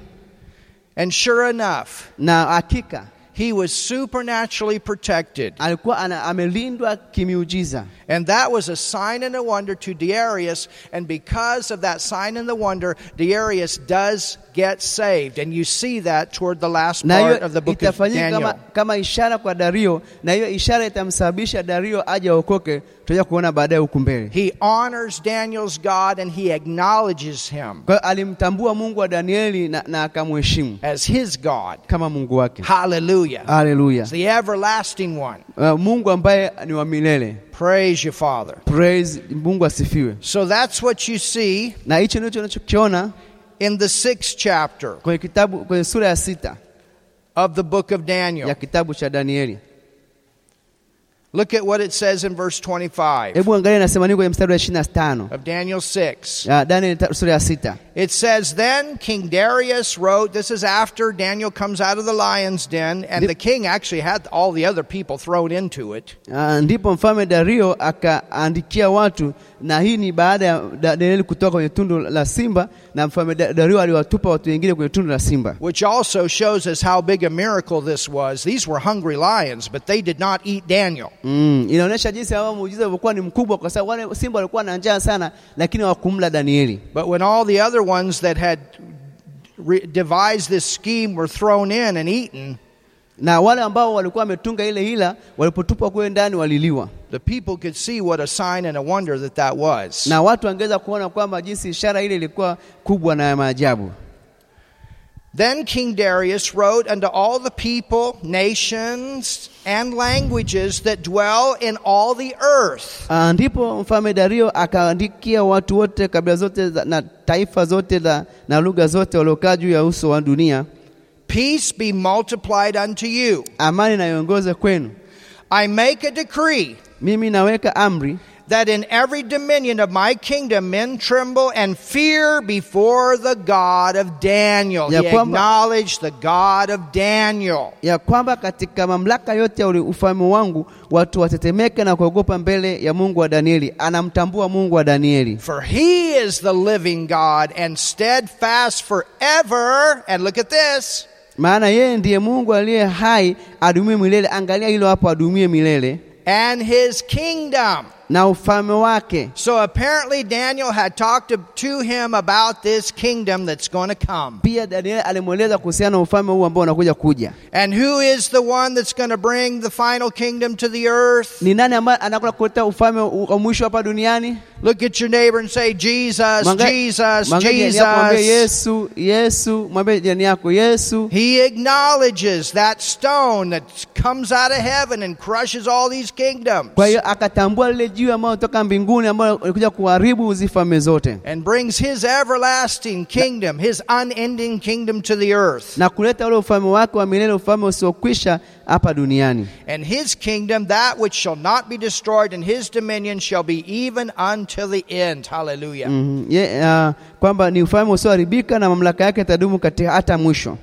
Speaker 2: And sure enough,
Speaker 1: na hakika
Speaker 2: he was supernaturally protected.
Speaker 1: alikuwa ana, amelindwa kimiujiza
Speaker 2: And that was a sign and a wonder to Darius. And because of that sign and the wonder, Darius does get saved. And you see that toward the last
Speaker 1: na
Speaker 2: part
Speaker 1: hiyo
Speaker 2: of the book of
Speaker 1: itafanyika kama,
Speaker 2: Daniel.
Speaker 1: kama ishara kwa dario na hiyo ishara itamsababisha dario aje aokoke tutaja kuona baadaye huku mbele
Speaker 2: He honors Daniel's God and he acknowledges him
Speaker 1: kwa hiyo alimtambua mungu wa danieli na, na akamheshimu
Speaker 2: as his God.
Speaker 1: kama mungu wake Uh,
Speaker 2: Hallelujah.
Speaker 1: haleluya
Speaker 2: The everlasting one.
Speaker 1: uh, mungu ambaye ni wa milele
Speaker 2: Praise you, Father.
Speaker 1: praise mungu asifiwe
Speaker 2: So that's what you see
Speaker 1: na hicho ndicho unachokiona
Speaker 2: in the sixth chapter
Speaker 1: kwenye kitabu kwenye sura ya sita
Speaker 2: of the book of Daniel.
Speaker 1: ya kitabu cha danieli
Speaker 2: Look at what it says in verse 25
Speaker 1: hebu angalia nasema nini kwenye mstari wa ishirini na tano
Speaker 2: of Daniel 6.
Speaker 1: ya danieli ta- sura ya sita
Speaker 2: It says, Then King Darius wrote, this is after Daniel comes out of the lion's den, and
Speaker 1: Yep.
Speaker 2: the king actually had all the other people thrown into it.
Speaker 1: Ah, ndipo mfalme Dario akaandikia watu, na hii ni baada ya Da- Danieli kutoka kwenye tundu la simba, na mfalme Da- Dario aliwatupa watu wengine kwenye tundu la simba.
Speaker 2: Which also shows us how big a miracle this was. These were hungry lions, but they did not eat Daniel.
Speaker 1: Mm, inaonyesha jinsi ambavyo muujiza ulivyokuwa ni mkubwa, kwa sababu wale simba walikuwa na njaa sana, lakini hawakumla Danieli.
Speaker 2: But when all the other ones that had re- devised this scheme were thrown in and eaten,
Speaker 1: Na wale ambao walikuwa wametunga ile hila, walipotupwa kule ndani waliliwa,
Speaker 2: the people could see what a sign and a wonder that that was.
Speaker 1: na watu wangeweza kuona kwamba jinsi ishara ile ilikuwa kubwa na ya maajabu.
Speaker 2: Then King Darius wrote unto all the people, nations, and languages that dwell in all the earth.
Speaker 1: Ah, ndipo mfalme Dario akaandikia watu wote kabila zote za, na taifa zote la, na lugha zote waliokaa juu ya uso wa dunia,
Speaker 2: Peace be multiplied unto you.
Speaker 1: amani na iongoze kwenu.
Speaker 2: I make a decree
Speaker 1: Mimi naweka amri
Speaker 2: that in every dominion of my kingdom men tremble and fear before the God of Daniel.
Speaker 1: Ya
Speaker 2: he
Speaker 1: kwamba-
Speaker 2: acknowledged the God of Daniel.
Speaker 1: ya kwamba katika mamlaka yote ya uli- ufalme wangu watu watetemeke na kuogopa mbele ya Mungu wa Danieli. Anamtambua Mungu wa Danieli,
Speaker 2: For he is the living God and steadfast forever. And look at this.
Speaker 1: maana yeye ndiye Mungu aliye hai, adumie milele. Angalia hilo hapo, adumie milele
Speaker 2: And his kingdom.
Speaker 1: na ufalme wake.
Speaker 2: So apparently Daniel had talked to, to him about this kingdom that's going to come.
Speaker 1: Pia Danieli alimweleza kuhusiana na ufalme huu ambao unakuja kuja.
Speaker 2: And who is the one that's going to bring the final kingdom to the earth?
Speaker 1: Ni nani ambaye anakwenda kuleta ufalme u- wa mwisho hapa duniani?
Speaker 2: Look at your neighbor and say, Jesus,
Speaker 1: Mwanga-
Speaker 2: Jesus,
Speaker 1: mwangalie jirani yako, mwambie
Speaker 2: Jesus.
Speaker 1: Yesu, Yesu, mwambie jirani yako Yesu.
Speaker 2: He acknowledges that stone that comes out of heaven and crushes all these kingdoms
Speaker 1: Kwa hiyo akatambua lile jiwe ambalo toka mbinguni ambalo lilikuja kuharibu hizi falme zote
Speaker 2: and brings his everlasting kingdom, his unending kingdom to the earth.
Speaker 1: na kuleta ule ufalme wake wa milele, ufalme usiokwisha hapa duniani.
Speaker 2: And his kingdom, that which shall not be destroyed, and his dominion shall be even until the end. Hallelujah.
Speaker 1: Mhm. Ye- ah, kwamba ni ufalme usioharibika na mamlaka yake itadumu katika hata mwisho.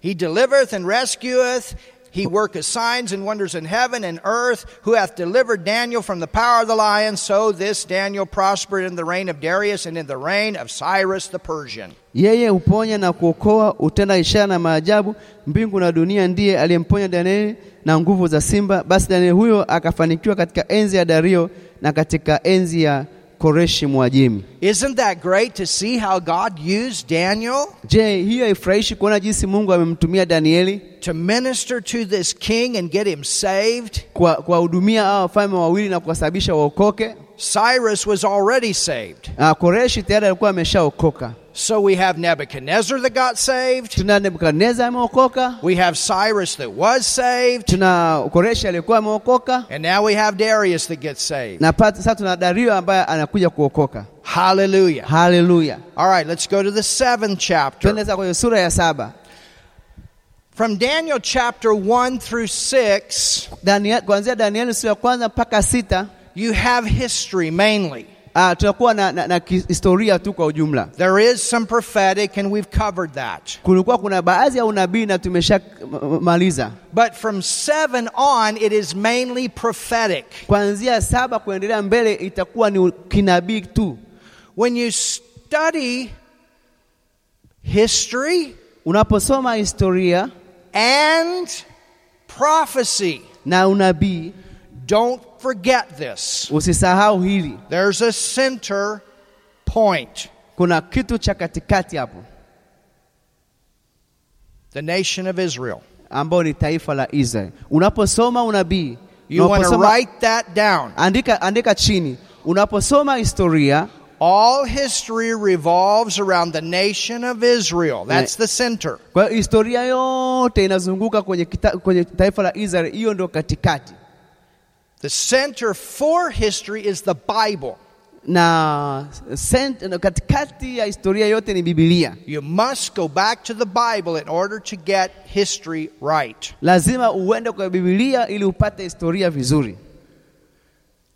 Speaker 2: He delivereth and rescueth. He worketh signs and wonders in heaven and earth, who hath delivered Daniel from the power of the lion. So this Daniel prospered in the reign of Darius and in the reign of Cyrus the Persian.
Speaker 1: Yeye huponya na kuokoa, utenda ishara na maajabu. Mbingu na dunia ndiye aliyemponya Danieli na nguvu za simba. Basi Danieli huyo akafanikiwa katika enzi ya Dario na katika enzi ya Koreshi Mwajemi.
Speaker 2: Isn't that great to see how God used Daniel
Speaker 1: Je, hiyo haifurahishi kuona jinsi Mungu amemtumia Danieli
Speaker 2: to minister to this king and get him saved?
Speaker 1: kwa kuwahudumia hawa wafalme wawili na kuwasababisha waokoke?
Speaker 2: Cyrus was already saved.
Speaker 1: Uh, Koreshi tayari alikuwa ameshaokoka.
Speaker 2: So we have Nebuchadnezzar that got saved.
Speaker 1: Tuna Nebukadneza ameokoka,
Speaker 2: We have Cyrus that was saved.
Speaker 1: tuna Koreshi aliyekuwa ameokoka,
Speaker 2: And now we have Darius that gets saved.
Speaker 1: na pat- sasa tuna Dario ambaye anakuja kuokoka.
Speaker 2: Hallelujah.
Speaker 1: Haleluya!
Speaker 2: All right, let's go to the seventh
Speaker 1: Twende
Speaker 2: chapter.
Speaker 1: sasa kwenye sura ya saba
Speaker 2: From Daniel chapter 1 through 6,
Speaker 1: Daniel, kuanzia Danieli sura ya kwanza mpaka sita
Speaker 2: you have history mainly.
Speaker 1: uh, tutakuwa na, na, na ki- historia tu kwa ujumla.
Speaker 2: There is some prophetic, and we've covered that.
Speaker 1: Kulikuwa kuna baadhi ya unabii na tumeshamaliza.
Speaker 2: But from 7 on, it is mainly prophetic.
Speaker 1: Kuanzia saba kuendelea mbele itakuwa ni u- kinabii tu.
Speaker 2: When you study history
Speaker 1: Unaposoma historia
Speaker 2: and prophecy,
Speaker 1: na unabii,
Speaker 2: don't forget this.
Speaker 1: usisahau hili,
Speaker 2: There's a center point
Speaker 1: kuna kitu cha katikati hapo
Speaker 2: the nation of Israel.
Speaker 1: ambao ni taifa la Israeli. Unaposoma unabii,
Speaker 2: You want to
Speaker 1: unaposoma-
Speaker 2: write that down.
Speaker 1: andika, andika chini. Unaposoma historia
Speaker 2: All history revolves around the nation of Israel. That's the center.
Speaker 1: Kwa hiyo historia yote inazunguka kwenye, kita, kwenye taifa la Israel, hiyo ndio katikati,
Speaker 2: The center for history is the Bible.
Speaker 1: na sent, na katikati ya historia yote ni Biblia.
Speaker 2: You must go back to the Bible in order to get history right.
Speaker 1: Lazima uende kwa Biblia ili upate historia vizuri.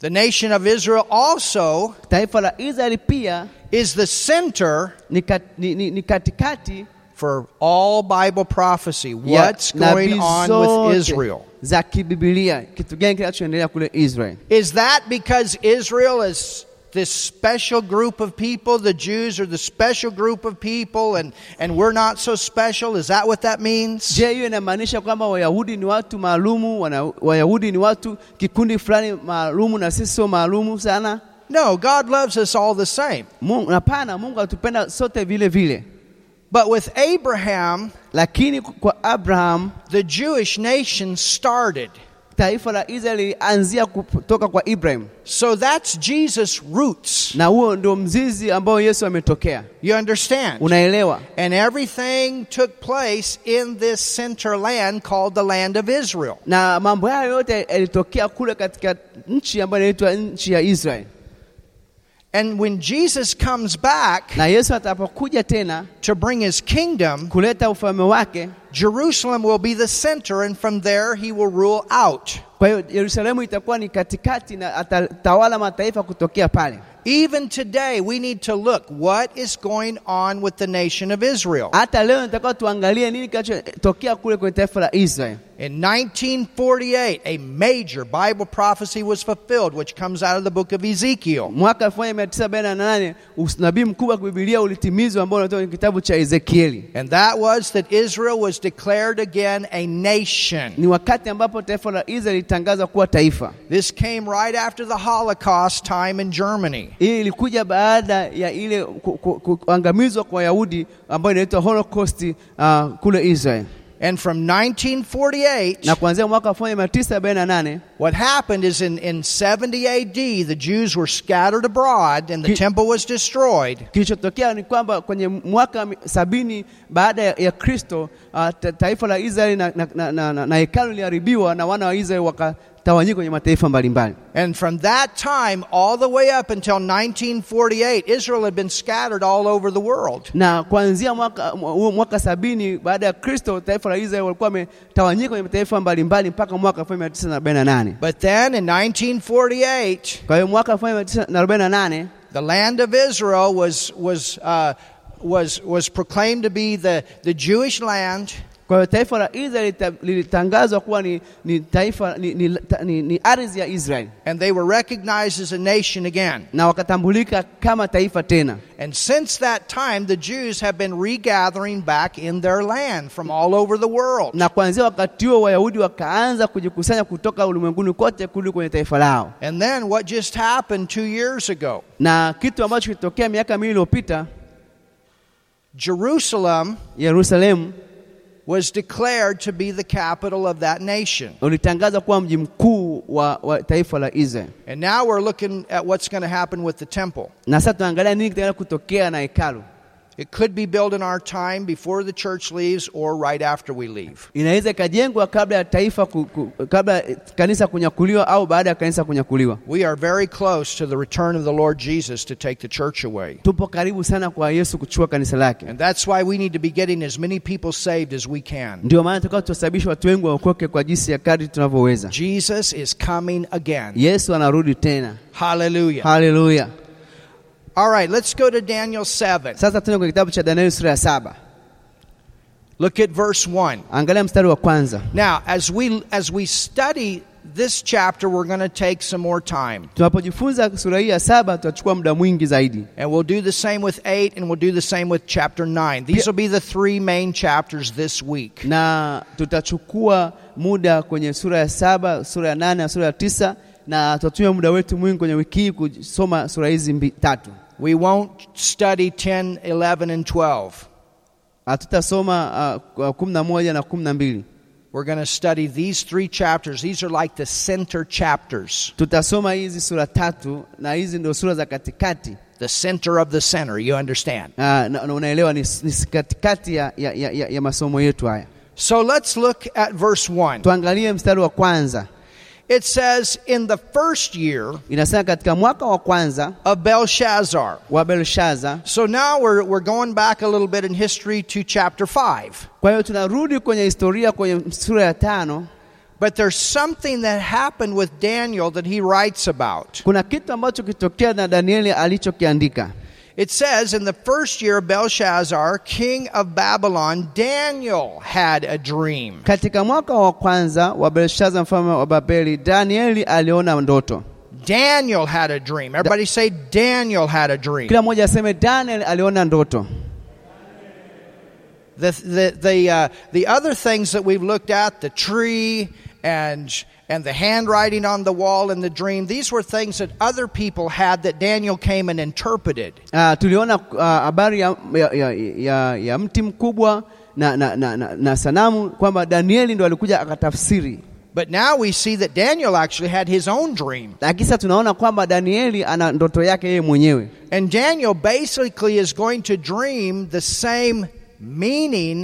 Speaker 2: The nation of Israel also
Speaker 1: Taifa la Israeli pia
Speaker 2: is the center
Speaker 1: ni, kat, ni, ni, ni katikati
Speaker 2: for all Bible prophecy.
Speaker 1: ya
Speaker 2: What's
Speaker 1: nabii
Speaker 2: going on
Speaker 1: zote
Speaker 2: with Israel?
Speaker 1: za kibibilia, kitu gani kinachoendelea kule Israel.
Speaker 2: Is that because Israel is this special group of people, the Jews are the special group of people, and, and we're not so special? Is that what that means?
Speaker 1: Je, hiyo inamaanisha kwamba Wayahudi ni watu maalumu, wana, Wayahudi ni watu kikundi fulani maalumu na sisi sio maalumu sana?
Speaker 2: No, God loves us all the same.
Speaker 1: Mungu, hapana, Mungu alitupenda sote vile vile,
Speaker 2: But with Abraham,
Speaker 1: lakini kwa Abraham
Speaker 2: the Jewish nation started.
Speaker 1: taifa la Israeli lilianzia kutoka kwa Ibrahim,
Speaker 2: So that's Jesus' roots.
Speaker 1: na huo ndio mzizi ambao Yesu ametokea.
Speaker 2: You understand?
Speaker 1: Unaelewa?
Speaker 2: And everything took place in this center land called the land of Israel.
Speaker 1: Na mambo hayo yote yalitokea kule katika nchi ambayo inaitwa nchi ya Israeli,
Speaker 2: And when Jesus comes back
Speaker 1: na Yesu atakapokuja tena
Speaker 2: to bring his kingdom,
Speaker 1: kuleta ufalme wake,
Speaker 2: Jerusalem will be the center, and from there he will rule out.
Speaker 1: kwa hiyo Yerusalemu itakuwa ni katikati na atatawala mataifa kutokea pale.
Speaker 2: Even today, we need to look what is going on with the nation of Israel.
Speaker 1: Hata leo nataka tuangalie nini kinachotokea kule kwenye taifa la Israeli.
Speaker 2: In 1948, a major Bible prophecy was fulfilled, which comes out of the book of Ezekiel.
Speaker 1: Mwaka 1948 unabii mkubwa wa Biblia ulitimizwa ambao unatoka kwenye kitabu cha Ezekieli.
Speaker 2: And that was that Israel was declared again a nation.
Speaker 1: Ni wakati ambapo taifa la Israeli litangazwa kuwa taifa.
Speaker 2: This came right after the Holocaust time in Germany.
Speaker 1: Hii ilikuja baada ya ile ku- ku- ku- kuangamizwa kwa Wayahudi ambayo inaitwa Holocaust uh, kule Israel.
Speaker 2: And from 1948,
Speaker 1: Na kuanzia mwaka 1948
Speaker 2: what happened is in, in 70 AD, the Jews were scattered abroad and the
Speaker 1: Ki-
Speaker 2: temple was destroyed.
Speaker 1: kilichotokea ni kwamba kwenye mwaka mi- sabini baada ya, ya Kristo uh, ta, taifa la Israeli na, na, na, na, na, na hekalu liliharibiwa na wana wa Israeli wakatawanyika kwenye mataifa mbalimbali.
Speaker 2: And from that time, all the way up until 1948, Israel had been scattered all over the world.
Speaker 1: Na kuanzia mwaka, mwa- mwaka sabini baada ya Kristo taifa la Israeli walikuwa wametawanyika kwenye mataifa mbalimbali mpaka mwaka 1948.
Speaker 2: But then in 1948,
Speaker 1: Kwa hiyo mwaka 1948
Speaker 2: the land of Israel was, was, uh, was, was proclaimed to be the, the Jewish land,
Speaker 1: Kwa hiyo taifa la Israeli lita- lilitangazwa kuwa ni, ni taifa ni, ni, ta- ni, ni ardhi ya Israeli
Speaker 2: and they were recognized as a nation again.
Speaker 1: na wakatambulika kama taifa tena.
Speaker 2: And since that time, the Jews have been regathering back in their land from all over the world.
Speaker 1: Na kuanzia wakati huo Wayahudi wakaanza kujikusanya kutoka ulimwenguni kote kurudi kwenye taifa lao,
Speaker 2: And then what just happened two years ago?
Speaker 1: na kitu ambacho kilitokea miaka miwili iliyopita,
Speaker 2: Jerusalem
Speaker 1: Yerusalemu
Speaker 2: was declared to be the capital of that nation.
Speaker 1: ulitangazwa kuwa mji mkuu wa, wa taifa la Israeli.
Speaker 2: And now we're looking at what's going to happen with the temple.
Speaker 1: Na sasa tunaangalia nini kitaenda kutokea na hekalu.
Speaker 2: It could be built in our time before the church leaves or right after we leave.
Speaker 1: Inaweza ikajengwa kabla ya taifa ku, ku, kabla ya kanisa kunyakuliwa au baada ya kanisa kunyakuliwa.
Speaker 2: We are very close to the return of the Lord Jesus to take the church away.
Speaker 1: tupo karibu sana kwa Yesu kuchukua kanisa lake.
Speaker 2: And that's why we need to be getting as many people saved as we can.
Speaker 1: Ndio maana tukao tuwasababisha watu wengi waokoke kwa jinsi ya kadri tunavyoweza.
Speaker 2: Jesus is coming again.
Speaker 1: Yesu anarudi tena,
Speaker 2: Hallelujah.
Speaker 1: haleluya.
Speaker 2: All right, let's go to Daniel 7.
Speaker 1: Sasa tuende kwenye kitabu cha Danieli sura ya saba,
Speaker 2: Look at verse 1.
Speaker 1: angalia mstari wa kwanza.
Speaker 2: Now, as we as we study this chapter, we're going to take some more time.
Speaker 1: Tunapojifunza sura hii ya saba tutachukua muda mwingi zaidi,
Speaker 2: And we'll do the same with 8 and we'll do the same with chapter 9. These will be the three main chapters this week.
Speaker 1: na tutachukua muda kwenye sura ya saba, sura ya nane na sura ya tisa, na tutatumia muda wetu mwingi kwenye wiki hii kusoma sura hizi mbi, tatu.
Speaker 2: We won't study 10, 11 and 12.
Speaker 1: Hatutasoma uh, kumi na moja na kumi na mbili.
Speaker 2: We're going to study these three chapters. These are like the center chapters,
Speaker 1: tutasoma hizi sura tatu na hizi ndio sura za katikati
Speaker 2: the center of the center, you understand.
Speaker 1: Aa, na, na unaelewa ni, ni katikati ya, ya, ya, ya, ya masomo yetu haya
Speaker 2: So let's look at verse 1.
Speaker 1: tuangalie mstari wa kwanza
Speaker 2: It says in the first year
Speaker 1: inasema katika mwaka wa kwanza
Speaker 2: of Belshazzar.
Speaker 1: wa belshaza
Speaker 2: So now we're, we're going back a little bit in history to chapter 5.
Speaker 1: kwa hiyo tunarudi kwenye historia kwenye sura ya tano
Speaker 2: But there's something that happened with Daniel that he writes about.
Speaker 1: kuna kitu ambacho kitokea na danieli alichokiandika
Speaker 2: It says, In the first year of Belshazzar, king of Babylon, Daniel had a dream.
Speaker 1: katika mwaka wa kwanza wa belshaza mfalme wa babeli danieli aliona ndoto
Speaker 2: Daniel had a dream. Everybody say, Daniel had a dream.
Speaker 1: kila mmoja aseme daniel aliona ndoto
Speaker 2: The, the, the, uh, the other things that we've looked at, the tree and, and the handwriting on the wall in the dream, these were things that other people had that Daniel came and interpreted.
Speaker 1: Uh, tuliona uh, habari ya, ya, ya, ya, ya mti mkubwa na, na, na, na, na sanamu kwamba Danieli ndo alikuja akatafsiri,
Speaker 2: But now we see that Daniel actually had his own dream.
Speaker 1: lakini sasa tunaona kwamba Danieli ana ndoto yake yeye mwenyewe,
Speaker 2: And Daniel basically is going to dream the same meaning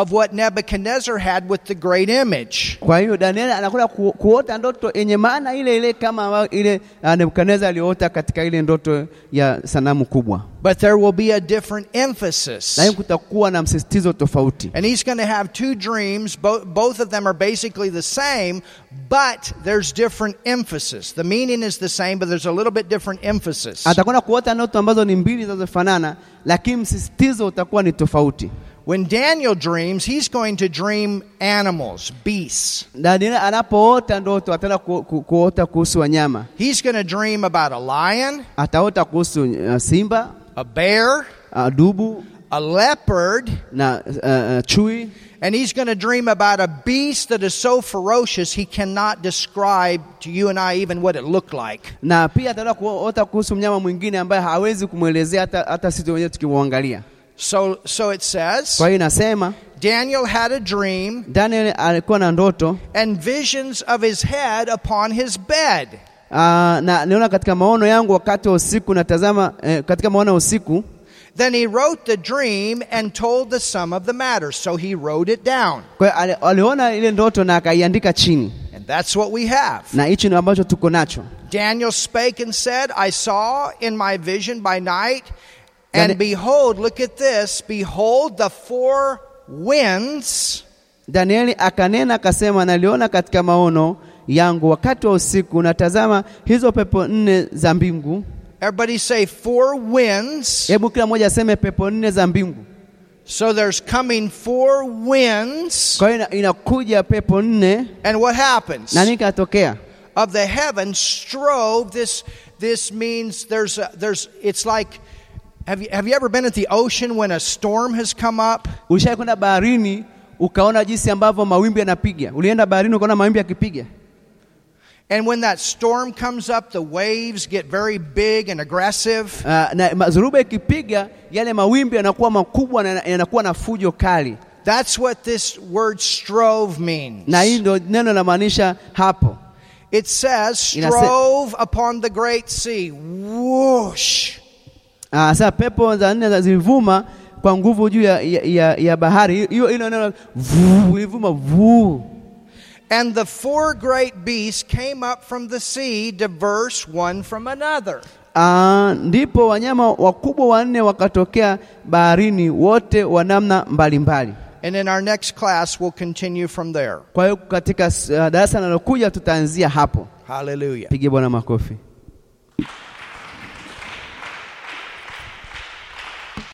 Speaker 2: of what Nebuchadnezzar had with the great image.
Speaker 1: Kwa hiyo Danieli anakuja ku, kuota ndoto yenye maana ile ile kama ambayo ile ah, Nebukadneza aliota katika ile ndoto ya sanamu kubwa,
Speaker 2: But there will be a different emphasis.
Speaker 1: lakini kutakuwa na msisitizo tofauti.
Speaker 2: And he's going to have two dreams. Bo- both of them are basically the same, but there's different emphasis. The meaning is the same, but there's a little bit different emphasis.
Speaker 1: Atakwenda kuota ndoto ambazo ni mbili zinazofanana, lakini msisitizo utakuwa ni tofauti.
Speaker 2: When Daniel dreams, he's going to dream animals, beasts.
Speaker 1: Danieli anapoota ndoto ataenda ku, ku, kuota kuhusu wanyama,
Speaker 2: He's going to dream about a lion,
Speaker 1: ataota kuhusu uh, simba,
Speaker 2: a bear,
Speaker 1: uh, dubu
Speaker 2: a leopard,
Speaker 1: na uh, uh, chui
Speaker 2: and he's going to dream about a beast that is so ferocious he cannot describe to you and I even what it looked like.
Speaker 1: na pia ataenda kuota kuhusu mnyama mwingine ambaye hawezi kumwelezea hata, hata sisi wenyewe tukimwangalia.
Speaker 2: So, so it says
Speaker 1: Kwa hiyo inasema
Speaker 2: Daniel had a dream
Speaker 1: Daniel alikuwa na ndoto
Speaker 2: and visions of his head upon his bed.
Speaker 1: uh, na niona katika maono yangu wakati wa usiku natazama eh, katika maono ya usiku
Speaker 2: Then he wrote the dream and told the sum of the matter. So he wrote it down.
Speaker 1: kwa hiyo ali, aliona ile ndoto na akaiandika chini,
Speaker 2: And that's what we have.
Speaker 1: na hichi ndio ambacho tuko nacho.
Speaker 2: Daniel spake and said, I saw in my vision by night,
Speaker 1: Then
Speaker 2: and
Speaker 1: it-
Speaker 2: behold, look at this, behold, the four winds
Speaker 1: Danieli akanena akasema, naliona katika maono yangu wakati wa usiku natazama hizo pepo nne za mbingu.
Speaker 2: Everybody say four winds.
Speaker 1: Hebu kila mmoja aseme pepo nne za mbingu.
Speaker 2: So there's coming four winds.
Speaker 1: Kwa hiyo ina- inakuja pepo nne
Speaker 2: And what happens?
Speaker 1: na nini kinatokea?
Speaker 2: Of the heaven strove this this means there's a, there's it's like have you, have you ever been at the ocean when a storm has come up?
Speaker 1: Ulishai kwenda baharini ukaona jinsi ambavyo mawimbi yanapiga? Ulienda baharini ukaona mawimbi yakipiga?
Speaker 2: And when that storm comes up, the waves get very big and aggressive.
Speaker 1: Ah, na ma- dhoruba ikipiga yale mawimbi yanakuwa makubwa na yanakuwa na fujo kali,
Speaker 2: That's what this word strove means.
Speaker 1: na hii ndio neno linamaanisha hapo.
Speaker 2: It says
Speaker 1: Ina se-
Speaker 2: strove upon the great sea. Whoosh.
Speaker 1: Ah, Sasa pepo za nne za- zilivuma kwa nguvu juu ya, ya, ya, ya bahari hiyo, hilo neno vuu, ilivuma vuu,
Speaker 2: And the four great beasts came up from the sea, diverse one from another.
Speaker 1: Ah, ndipo wanyama wakubwa wanne wakatokea baharini, wote wa namna mbalimbali.
Speaker 2: And in our next class, we'll continue from there.
Speaker 1: Kwa hiyo katika uh, darasa ah, linalokuja tutaanzia hapo.
Speaker 2: Hallelujah.
Speaker 1: Pigie Bwana makofi.